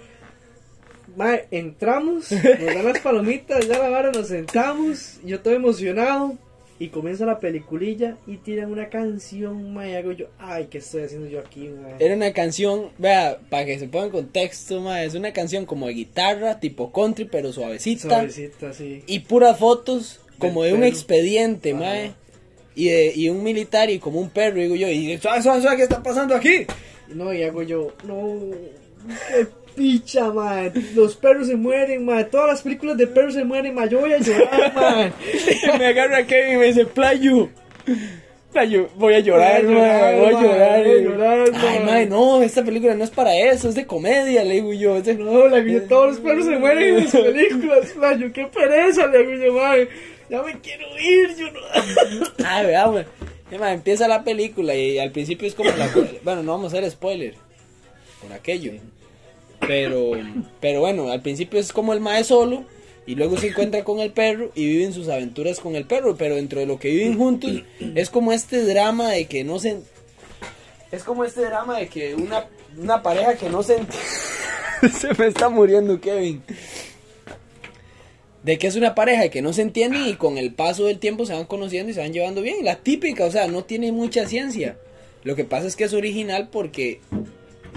Speaker 5: Mae,
Speaker 1: [LAUGHS]
Speaker 5: entramos, nos dan las palomitas, ya la vara, nos sentamos. Yo todo emocionado. Y comienza la peliculilla y tiran una canción, mae, y hago yo, ay, ¿qué estoy haciendo yo aquí, mae?
Speaker 1: Era una canción, vea, para que se ponga en contexto, mae, es una canción como de guitarra, tipo country, pero suavecita.
Speaker 5: Suavecita, sí.
Speaker 1: Y puras fotos como de
Speaker 5: Del
Speaker 1: un
Speaker 5: perro.
Speaker 1: expediente, mae. Y, de- y un militar y como un perro, digo yo, y suave, suave, suave, ¿qué está pasando aquí?
Speaker 5: No, y hago yo, no, qué picha, mae. Los perros se mueren, mae. Todas las películas de perros se mueren, mae. Yo voy a
Speaker 1: [LAUGHS]
Speaker 5: llorar, mae.
Speaker 1: me agarra Kevin y me dice, Playo. Playo, voy a llorar,
Speaker 5: Voy a llorar,
Speaker 1: mae, voy a
Speaker 5: mae,
Speaker 1: llorar.
Speaker 5: voy a llorar,
Speaker 1: Ay,
Speaker 5: mae.
Speaker 1: mae, no, esta película no es para eso, es de comedia, le digo yo. es de-
Speaker 5: No, le digo yo, todos los perros se mueren en las [LAUGHS] películas, mae. Yo, qué pereza, le digo yo, mae. Ya me quiero ir, yo no.
Speaker 1: [LAUGHS] Ay, veamos. Y, mae, empieza la película y, al principio es como la... [COUGHS] bueno, no vamos a hacer spoiler por aquello. Pero, pero bueno, al principio es como el mae solo y luego se encuentra con el perro y viven sus aventuras con el perro, pero dentro de lo que viven juntos es como este drama de que no se... Es como este drama de que una, una pareja que no se... ent- [LAUGHS] se me está muriendo Kevin. De que es una pareja que no se entienden y con el paso del tiempo se van conociendo y se van llevando bien. La típica, o sea, no tiene mucha ciencia. Lo que pasa es que es original porque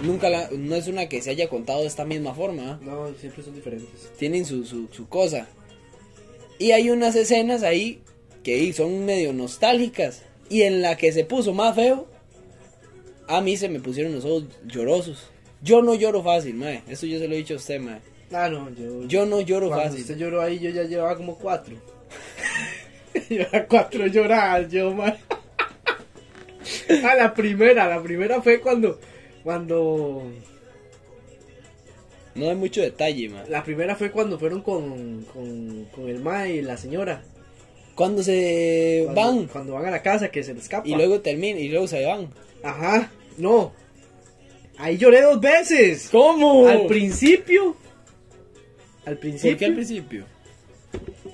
Speaker 1: nunca la- no es una que se haya contado de esta misma forma. ¿ah?
Speaker 5: No, siempre son diferentes.
Speaker 1: Tienen su, su, su cosa. Y hay unas escenas ahí que ahí son medio nostálgicas. Y en la que se puso más feo, a mí se me pusieron los ojos llorosos. Yo no lloro fácil, mae. Eso yo se lo he dicho a usted, mae.
Speaker 5: Ah, no, yo.
Speaker 1: Yo no lloro
Speaker 5: Cuando
Speaker 1: fácil.
Speaker 5: usted lloró ahí, yo ya llevaba como cuatro. [LAUGHS] llevaba cuatro lloradas, yo, man. ah, la primera, la primera fue cuando. Cuando.
Speaker 1: No hay mucho detalle, mae.
Speaker 5: La primera fue cuando fueron con, con, con el ma y la señora.
Speaker 1: Cuando se
Speaker 5: Cuando
Speaker 1: van
Speaker 5: Cuando van a la casa, que se les escapa.
Speaker 1: y luego terminan y luego se van.
Speaker 5: Ajá, no. Ahí lloré dos veces.
Speaker 1: ¿Cómo?
Speaker 5: Al principio. Al
Speaker 1: ¿Por qué
Speaker 5: principio.
Speaker 1: al principio?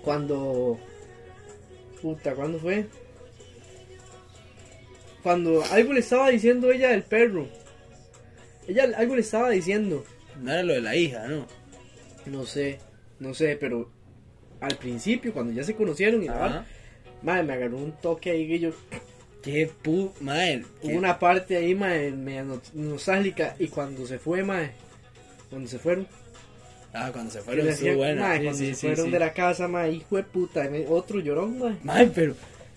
Speaker 5: Cuando. Puta, ¿cuándo fue? Cuando algo le estaba diciendo ella del perro. Ella algo le estaba diciendo.
Speaker 1: No era lo de la hija, ¿no?
Speaker 5: No sé, no sé, pero al principio, cuando ya se conocieron y la vara,
Speaker 1: Ajá.
Speaker 5: madre, me agarró un toque ahí que yo.
Speaker 1: Qué pu... Madre.
Speaker 5: Hubo una parte ahí, madre, media no- nostálgica. Y cuando se fue, madre, cuando se fueron,
Speaker 1: Ah, cuando se
Speaker 5: que
Speaker 1: fueron
Speaker 5: le
Speaker 1: estuvo
Speaker 5: hacían-
Speaker 1: bueno.
Speaker 5: madre,
Speaker 1: Sí,
Speaker 5: cuando
Speaker 1: sí,
Speaker 5: se
Speaker 1: sí,
Speaker 5: fueron
Speaker 1: sí.
Speaker 5: de la casa, madre, hijo de puta, me- otro llorón, madre,
Speaker 1: Madre, pero...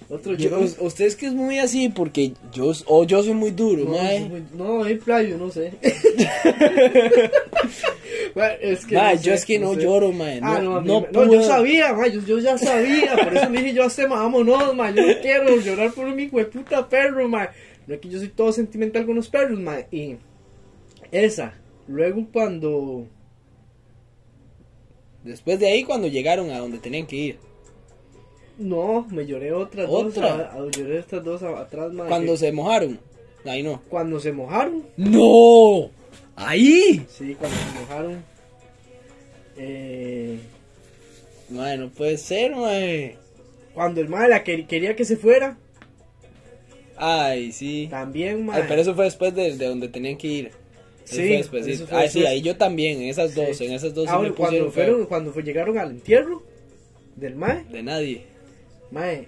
Speaker 5: otro
Speaker 1: yo- pues,
Speaker 5: llorón.
Speaker 1: usted es que es muy así porque yo, o yo soy muy duro,
Speaker 5: No,
Speaker 1: madre.
Speaker 5: es muy- No, es playo, no
Speaker 1: [LAUGHS]
Speaker 5: sé. Ma, es que
Speaker 1: Madre,
Speaker 5: no
Speaker 1: yo
Speaker 5: sé,
Speaker 1: es que no,
Speaker 5: sé.
Speaker 1: lloro, madre.
Speaker 5: Ah, no,
Speaker 1: no,
Speaker 5: a mí
Speaker 1: no
Speaker 5: me- no, yo
Speaker 1: puedo.
Speaker 5: sabía, ma, yo, yo ya sabía. Por eso le dije yo a este, ma, vámonos, ma, yo
Speaker 1: [LAUGHS]
Speaker 5: no quiero llorar por mi puta perro, ma. No es que yo soy todo sentimental con los perros, ma. Y esa, luego cuando.
Speaker 1: Después de ahí cuando llegaron a donde tenían que ir.
Speaker 5: Ah, No, me lloré otras
Speaker 1: ¿Otra?
Speaker 5: dos. a- a- lloré estas dos a- atrás, ma.
Speaker 1: Cuando
Speaker 5: que-
Speaker 1: se mojaron. Ahí no.
Speaker 5: cuando se mojaron.
Speaker 1: ¡No! ¡Ahí!
Speaker 5: Sí, cuando se mojaron. Eh.
Speaker 1: Madre, no puede ser, madre.
Speaker 5: Cuando el madre la quer- quería que se fuera,
Speaker 1: Ay, sí.
Speaker 5: también,
Speaker 1: Ay,
Speaker 5: madre.
Speaker 1: pero eso fue después de, de donde tenían que ir. Eso
Speaker 5: Sí,
Speaker 1: fue después, sí.
Speaker 5: eso fue
Speaker 1: Ah, sí,
Speaker 5: después.
Speaker 1: ahí yo también, en esas dos,
Speaker 5: Sí.
Speaker 1: en esas dos
Speaker 5: Ah,
Speaker 1: sí me
Speaker 5: bueno, cuando,
Speaker 1: pusieron feo.
Speaker 5: fueron, cuando fue- llegaron al entierro del mae,
Speaker 1: De nadie.
Speaker 5: mae,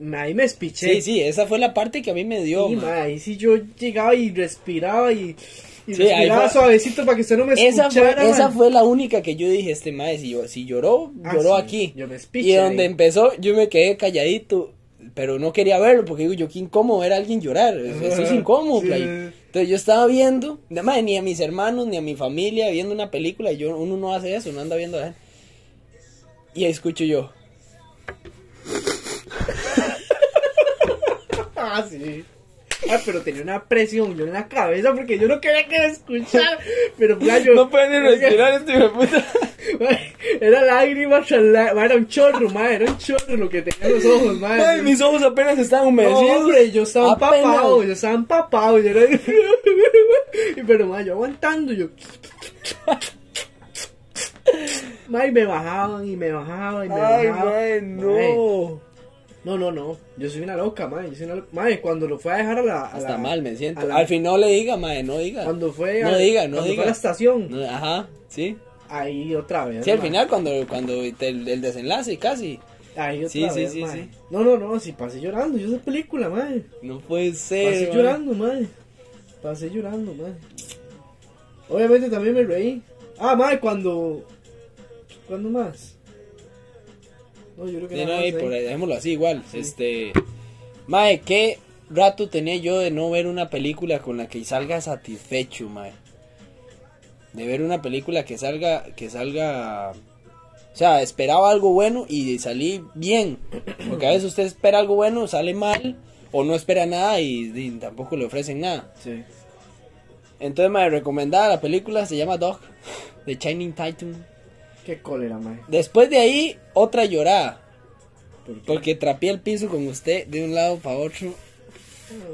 Speaker 5: ma- ahí me
Speaker 1: Sí. sí,
Speaker 5: espiché.
Speaker 1: esa fue la parte que a mí me dio,
Speaker 5: Sí,
Speaker 1: ma.
Speaker 5: mae, ahí sí yo llegaba y respiraba y, y
Speaker 1: Sí, ahí
Speaker 5: respiraba
Speaker 1: fue-
Speaker 5: suavecito para que usted no me
Speaker 1: Esa,
Speaker 5: escuchara.
Speaker 1: fue,
Speaker 5: mae.
Speaker 1: esa fue la única que yo dije, este mae, si, yo- si lloró,
Speaker 5: Ah,
Speaker 1: lloró
Speaker 5: sí,
Speaker 1: aquí.
Speaker 5: Yo me espiché.
Speaker 1: Y donde
Speaker 5: ahí.
Speaker 1: empezó, yo me quedé calladito, pero no quería verlo, porque digo, yo qué incómodo ver a alguien llorar, eso es incómodo,
Speaker 5: Sí,
Speaker 1: play.
Speaker 5: sí, sí.
Speaker 1: Entonces yo estaba viendo, nada más, ni a mis hermanos, ni a mi familia, viendo una película, y yo, uno no hace eso, no anda viendo a la gente. Y ahí escucho yo,
Speaker 5: Ah, sí. Ah, pero tenía una presión yo en la cabeza porque yo no quería que me escuchara. Pero, mae, yo.
Speaker 1: No pueden ni respirar este hijo de puta.
Speaker 5: Mae, Era lágrimas, tras lá- mae, era un chorro, mae, era un chorro lo que tenía en los ojos, mae.
Speaker 1: Ay, mis ojos apenas están
Speaker 5: No,
Speaker 1: humedecidos.
Speaker 5: hombre, yo estaba
Speaker 1: Apenas.
Speaker 5: empapado, yo estaba empapado, yo era- [LAUGHS] Y Pero, mae, yo aguantando, yo... Mae, me bajaban y me bajaban y me
Speaker 1: Ay,
Speaker 5: bajaban.
Speaker 1: mae,
Speaker 5: Mae,
Speaker 1: no.
Speaker 5: No, no, no, yo soy una loca, mae, yo soy una loca. Mae, cuando lo fue a dejar a la... a
Speaker 1: Hasta
Speaker 5: la-
Speaker 1: mal me siento.
Speaker 5: a la-
Speaker 1: Al fin no le diga, mae, no diga.
Speaker 5: Cuando fue a,
Speaker 1: No diga, no
Speaker 5: cuando
Speaker 1: diga.
Speaker 5: fue a la estación,
Speaker 1: No, ajá, sí.
Speaker 5: ahí otra vez.
Speaker 1: Sí, al
Speaker 5: mae.
Speaker 1: final cuando, cuando te- el, el desenlace casi.
Speaker 5: Ay, otra
Speaker 1: Sí, sí,
Speaker 5: vez,
Speaker 1: sí,
Speaker 5: mae.
Speaker 1: sí.
Speaker 5: No, no, no, si pasé llorando, yo esa película, madre.
Speaker 1: No puede ser.
Speaker 5: Pasé
Speaker 1: mae.
Speaker 5: llorando, madre. Pasé llorando, madre. Obviamente también me reí. Ah, madre, cuando. ¿Cuándo más? No, yo creo que
Speaker 1: Sí,
Speaker 5: nada
Speaker 1: no,
Speaker 5: más
Speaker 1: y por
Speaker 5: ahí.
Speaker 1: ahí, dejémoslo así igual. Este, mae, ¿qué rato tenía yo de no ver una película con la que salga satisfecho, mae? De ver una película que salga, que salga, o sea, esperaba algo bueno y salí bien. Porque a veces usted espera algo bueno, sale mal o no espera nada y, y tampoco le ofrecen nada.
Speaker 5: Sí.
Speaker 1: Entonces, mae, recomendada la película se llama Dog, de Shining Titan.
Speaker 5: Qué cólera, madre.
Speaker 1: Después de ahí, otra llorada. Porque trapié el piso con usted de un lado para otro.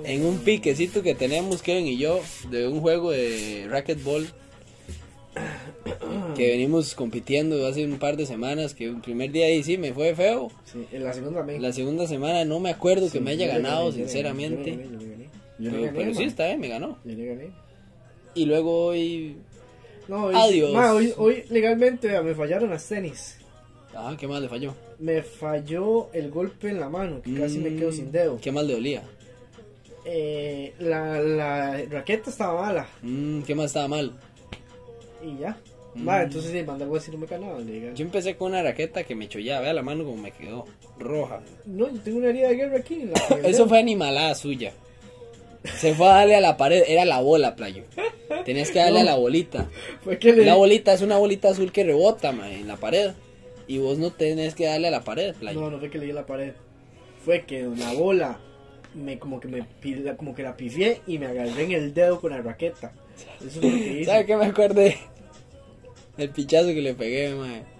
Speaker 1: En un piquecito que teníamos Kevin y yo de un juego de racquetball. Que venimos compitiendo hace un par de semanas. Que el primer día ahí sí me fue feo.
Speaker 5: Sí, en la segunda me.
Speaker 1: La segunda semana no me acuerdo que me haya
Speaker 5: yo le
Speaker 1: ganado,
Speaker 5: gané, yo le
Speaker 1: sinceramente.
Speaker 5: gané, yo le gané, yo le gané. Yo le
Speaker 1: Pero,
Speaker 5: gané,
Speaker 1: pero sí,
Speaker 5: mae.
Speaker 1: está bien, me ganó.
Speaker 5: Yo le gané.
Speaker 1: Y luego hoy.
Speaker 5: No, hoy,
Speaker 1: Adiós.
Speaker 5: ma, hoy, hoy legalmente vea, me fallaron las tenis.
Speaker 1: Ajá, ah, ¿qué más le falló?
Speaker 5: Me falló el golpe en la mano, que casi me quedo sin dedo.
Speaker 1: Mm, ¿Qué más le dolía?
Speaker 5: Eh, la, la raqueta estaba mala
Speaker 1: Mm, ¿Qué más estaba mal?
Speaker 5: y ya.
Speaker 1: Mm.
Speaker 5: Ma, entonces sí, manda algo así, no me ganaba. Le diga,
Speaker 1: Yo empecé con una raqueta que me chollaba, vea la mano como me quedó, roja.
Speaker 5: No, yo tengo una herida de guerra aquí. en la que
Speaker 1: [LAUGHS]
Speaker 5: el
Speaker 1: Eso
Speaker 5: dedo".
Speaker 1: fue animalada suya. Se fue a darle a la pared, era la bola, playo. Tenías que darle a la bolita.
Speaker 5: Fue que le.
Speaker 1: La bolita es una bolita azul que rebota mae, en la pared. Y vos no tenés que darle a la pared, playo.
Speaker 5: No, no fue que le di a la pared. Fue que la bola me como que me pi- la- como que la pifié y me agarré en el dedo con la raqueta. Eso fue lo que hice.
Speaker 1: ¿Sabes qué me acordé? El pichazo que le pegué, mae.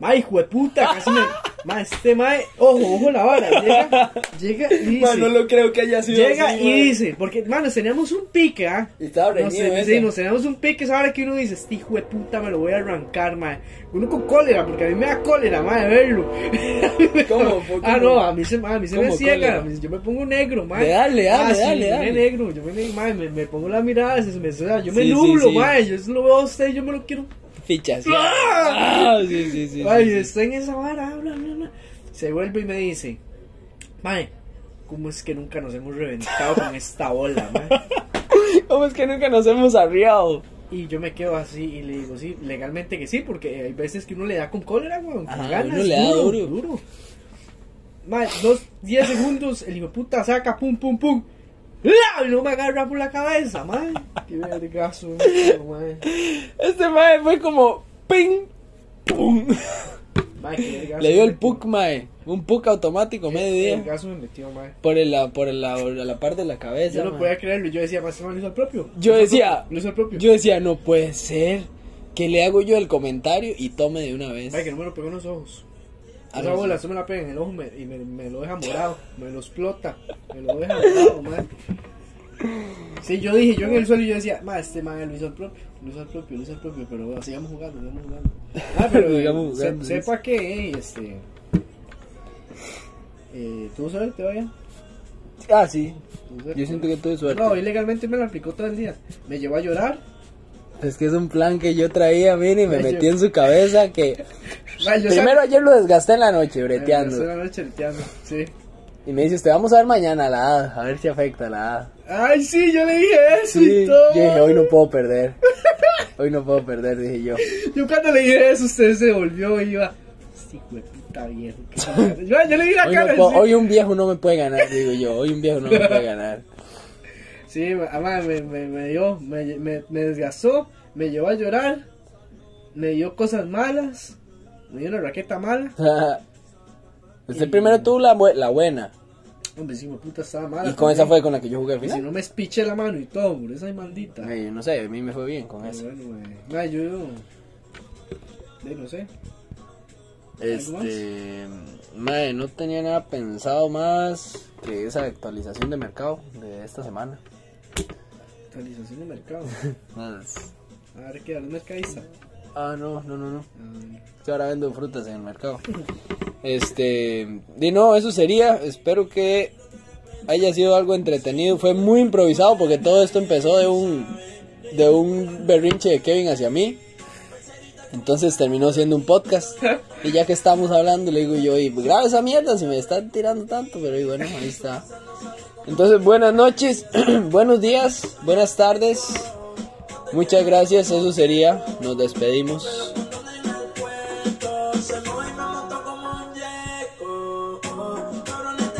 Speaker 5: Ma, hijo de puta, casi me. Ma, este mae, ojo, ojo la vara. Llega, llega y
Speaker 1: [LAUGHS]
Speaker 5: dice.
Speaker 7: Ma, no lo creo que haya sido
Speaker 5: llega
Speaker 7: así,
Speaker 5: y
Speaker 7: ma.
Speaker 5: dice, porque, mano, teníamos un pique, ¿ah?
Speaker 1: Y estaba
Speaker 5: No
Speaker 1: reñido
Speaker 5: sé,
Speaker 1: ese.
Speaker 5: sí, nos tenemos un pique, ahora que uno dice, este hijo de puta me lo voy a arrancar, madre. Uno con cólera, porque a mí me da cólera, madre, verlo. [LAUGHS]
Speaker 1: ¿Cómo? ¿Por qué
Speaker 5: ah,
Speaker 1: no?
Speaker 5: no, a mí se, a mí se me
Speaker 1: ¿Cómo
Speaker 5: ciega,
Speaker 1: cólera?
Speaker 5: a mí- yo me pongo negro, madre.
Speaker 1: De darle, dale,
Speaker 5: Ah, sí,
Speaker 1: dale,
Speaker 5: yo
Speaker 1: dale.
Speaker 5: me negro, yo me negro, madre, me, me pongo las miradas, se me, o sea, yo me
Speaker 1: Sí, sí,
Speaker 5: nublo,
Speaker 1: sí.
Speaker 5: madre, yo eso lo veo a usted, yo me lo quiero.
Speaker 1: Pichazo.
Speaker 5: ¡Ah!
Speaker 1: Ah, sí, sí, sí.
Speaker 5: Ay,
Speaker 1: sí, sí.
Speaker 5: está en esa vara, ah, bla, bla, bla. Se vuelve y me dice, madre, ¿cómo es que nunca nos hemos reventado con esta bola, madre?
Speaker 1: ¿Cómo es que nunca nos hemos arriado?
Speaker 5: Y yo me quedo así y le digo, sí, legalmente que sí, porque hay veces que uno le da con cólera, weón. Con
Speaker 1: Ajá,
Speaker 5: ganas,
Speaker 1: uno le da duro.
Speaker 5: Mae, dos, diez segundos, el hijo de puta saca, pum, pum, pum. ¡La! Y no me agarra por la cabeza, madre. Qué vergazo, madre.
Speaker 1: Este mae fue como ping, pum.
Speaker 5: Mae, qué vergazo.
Speaker 1: Le dio
Speaker 5: me
Speaker 1: el
Speaker 5: metió.
Speaker 1: puck, mae. Un puck automático, medio
Speaker 5: Qué
Speaker 1: día.
Speaker 5: vergazo me metió, madre.
Speaker 1: Por el, la, por el, la, la parte de la cabeza.
Speaker 5: Yo no
Speaker 1: mae.
Speaker 5: podía creerlo. Yo decía, más o menos el propio.
Speaker 1: Yo decía,
Speaker 5: Lo hizo el propio.
Speaker 1: yo decía, no puede ser. Que le hago yo el comentario y tome de una vez.
Speaker 5: Mae, que no me lo pegó en los ojos.
Speaker 1: Ah,
Speaker 5: Esa
Speaker 1: no,
Speaker 5: bola,
Speaker 1: sí.
Speaker 5: se me la pega en el ojo me- y me, me lo deja morado, me lo explota, me lo deja morado, man. Sí, yo dije, yo en el suelo y yo decía, ma, este man lo hizo al propio, lo hizo al propio, lo hizo al propio, pero bueno, sigamos jugando, sigamos jugando.
Speaker 1: [LAUGHS]
Speaker 5: Ah, pero eh,
Speaker 1: Sigamos
Speaker 5: se-
Speaker 1: jugando, sí.
Speaker 5: sepa que, eh, este, eh, tuvo suerte, vaya.
Speaker 1: Ah, sí.
Speaker 5: tuvo suerte.
Speaker 1: Yo siento que tuve suerte.
Speaker 5: No, ilegalmente me la aplicó todo el día, me llevó a llorar,
Speaker 1: Es que es un plan que yo traía, mire, y me
Speaker 5: Ay, yo-
Speaker 1: metí en su cabeza que...
Speaker 5: Ma, [LAUGHS] yo
Speaker 1: Primero
Speaker 5: sal-
Speaker 1: ayer lo desgasté en la noche,
Speaker 5: Eh, me
Speaker 1: breteando.
Speaker 5: pasó la noche breteando, sí.
Speaker 1: Y me dice, usted vamos a ver mañana la hada, a ver si afecta la hada.
Speaker 5: Ay, sí, yo le dije eso
Speaker 1: Sí,
Speaker 5: y todo.
Speaker 1: yo dije, hoy no puedo perder. Hoy no puedo perder, dije yo.
Speaker 5: Yo cuando le dije eso, usted se volvió y iba. Sí, puta viejo. qué cara". Yo, yo le di [LAUGHS] la
Speaker 1: Hoy,
Speaker 5: cara.
Speaker 1: no puedo-
Speaker 5: sí.
Speaker 1: hoy un viejo no me puede ganar, digo yo. Hoy un viejo no me puede ganar.
Speaker 5: Sí, ma- ama, me, me, me dio, me, me, me desgastó, me llevó a llorar, me dio cosas malas, me dio una
Speaker 1: [LAUGHS]
Speaker 5: raqueta mala.
Speaker 1: Usted Pues primero tuvo la, bu- la buena.
Speaker 5: Hombre, sí, mi puta estaba mala.
Speaker 1: Y con
Speaker 5: también.
Speaker 1: esa fue con la que yo jugué al
Speaker 5: Y si
Speaker 1: final.
Speaker 5: no me espiché la mano y todo, por esa maldita.
Speaker 1: Ay, yo no sé, a mí me fue bien con
Speaker 5: Pero
Speaker 1: eso.
Speaker 5: bueno, ma, ma, yo. de, no sé.
Speaker 1: Este. Madre, no tenía nada pensado más que esa actualización de mercado de esta semana.
Speaker 5: Actualización de mercado.
Speaker 1: Más-
Speaker 5: A ver qué, a ver, mercadista.
Speaker 1: Ah, no, no, no, no.
Speaker 5: Ay.
Speaker 1: Yo ahora vendo frutas en el mercado. Este, y no, eso sería. Espero que haya sido algo entretenido. Fue muy improvisado porque todo esto empezó de un de un berrinche de Kevin hacia mí. Entonces terminó siendo un podcast. Y ya que estábamos hablando, le digo yo, y graba esa mierda si me están tirando tanto. Pero y bueno, ahí está. Entonces, buenas noches, [CLEARS THROAT] buenos días, buenas tardes. Muchas gracias, eso sería. Nos despedimos.
Speaker 8: Se movió y me montó con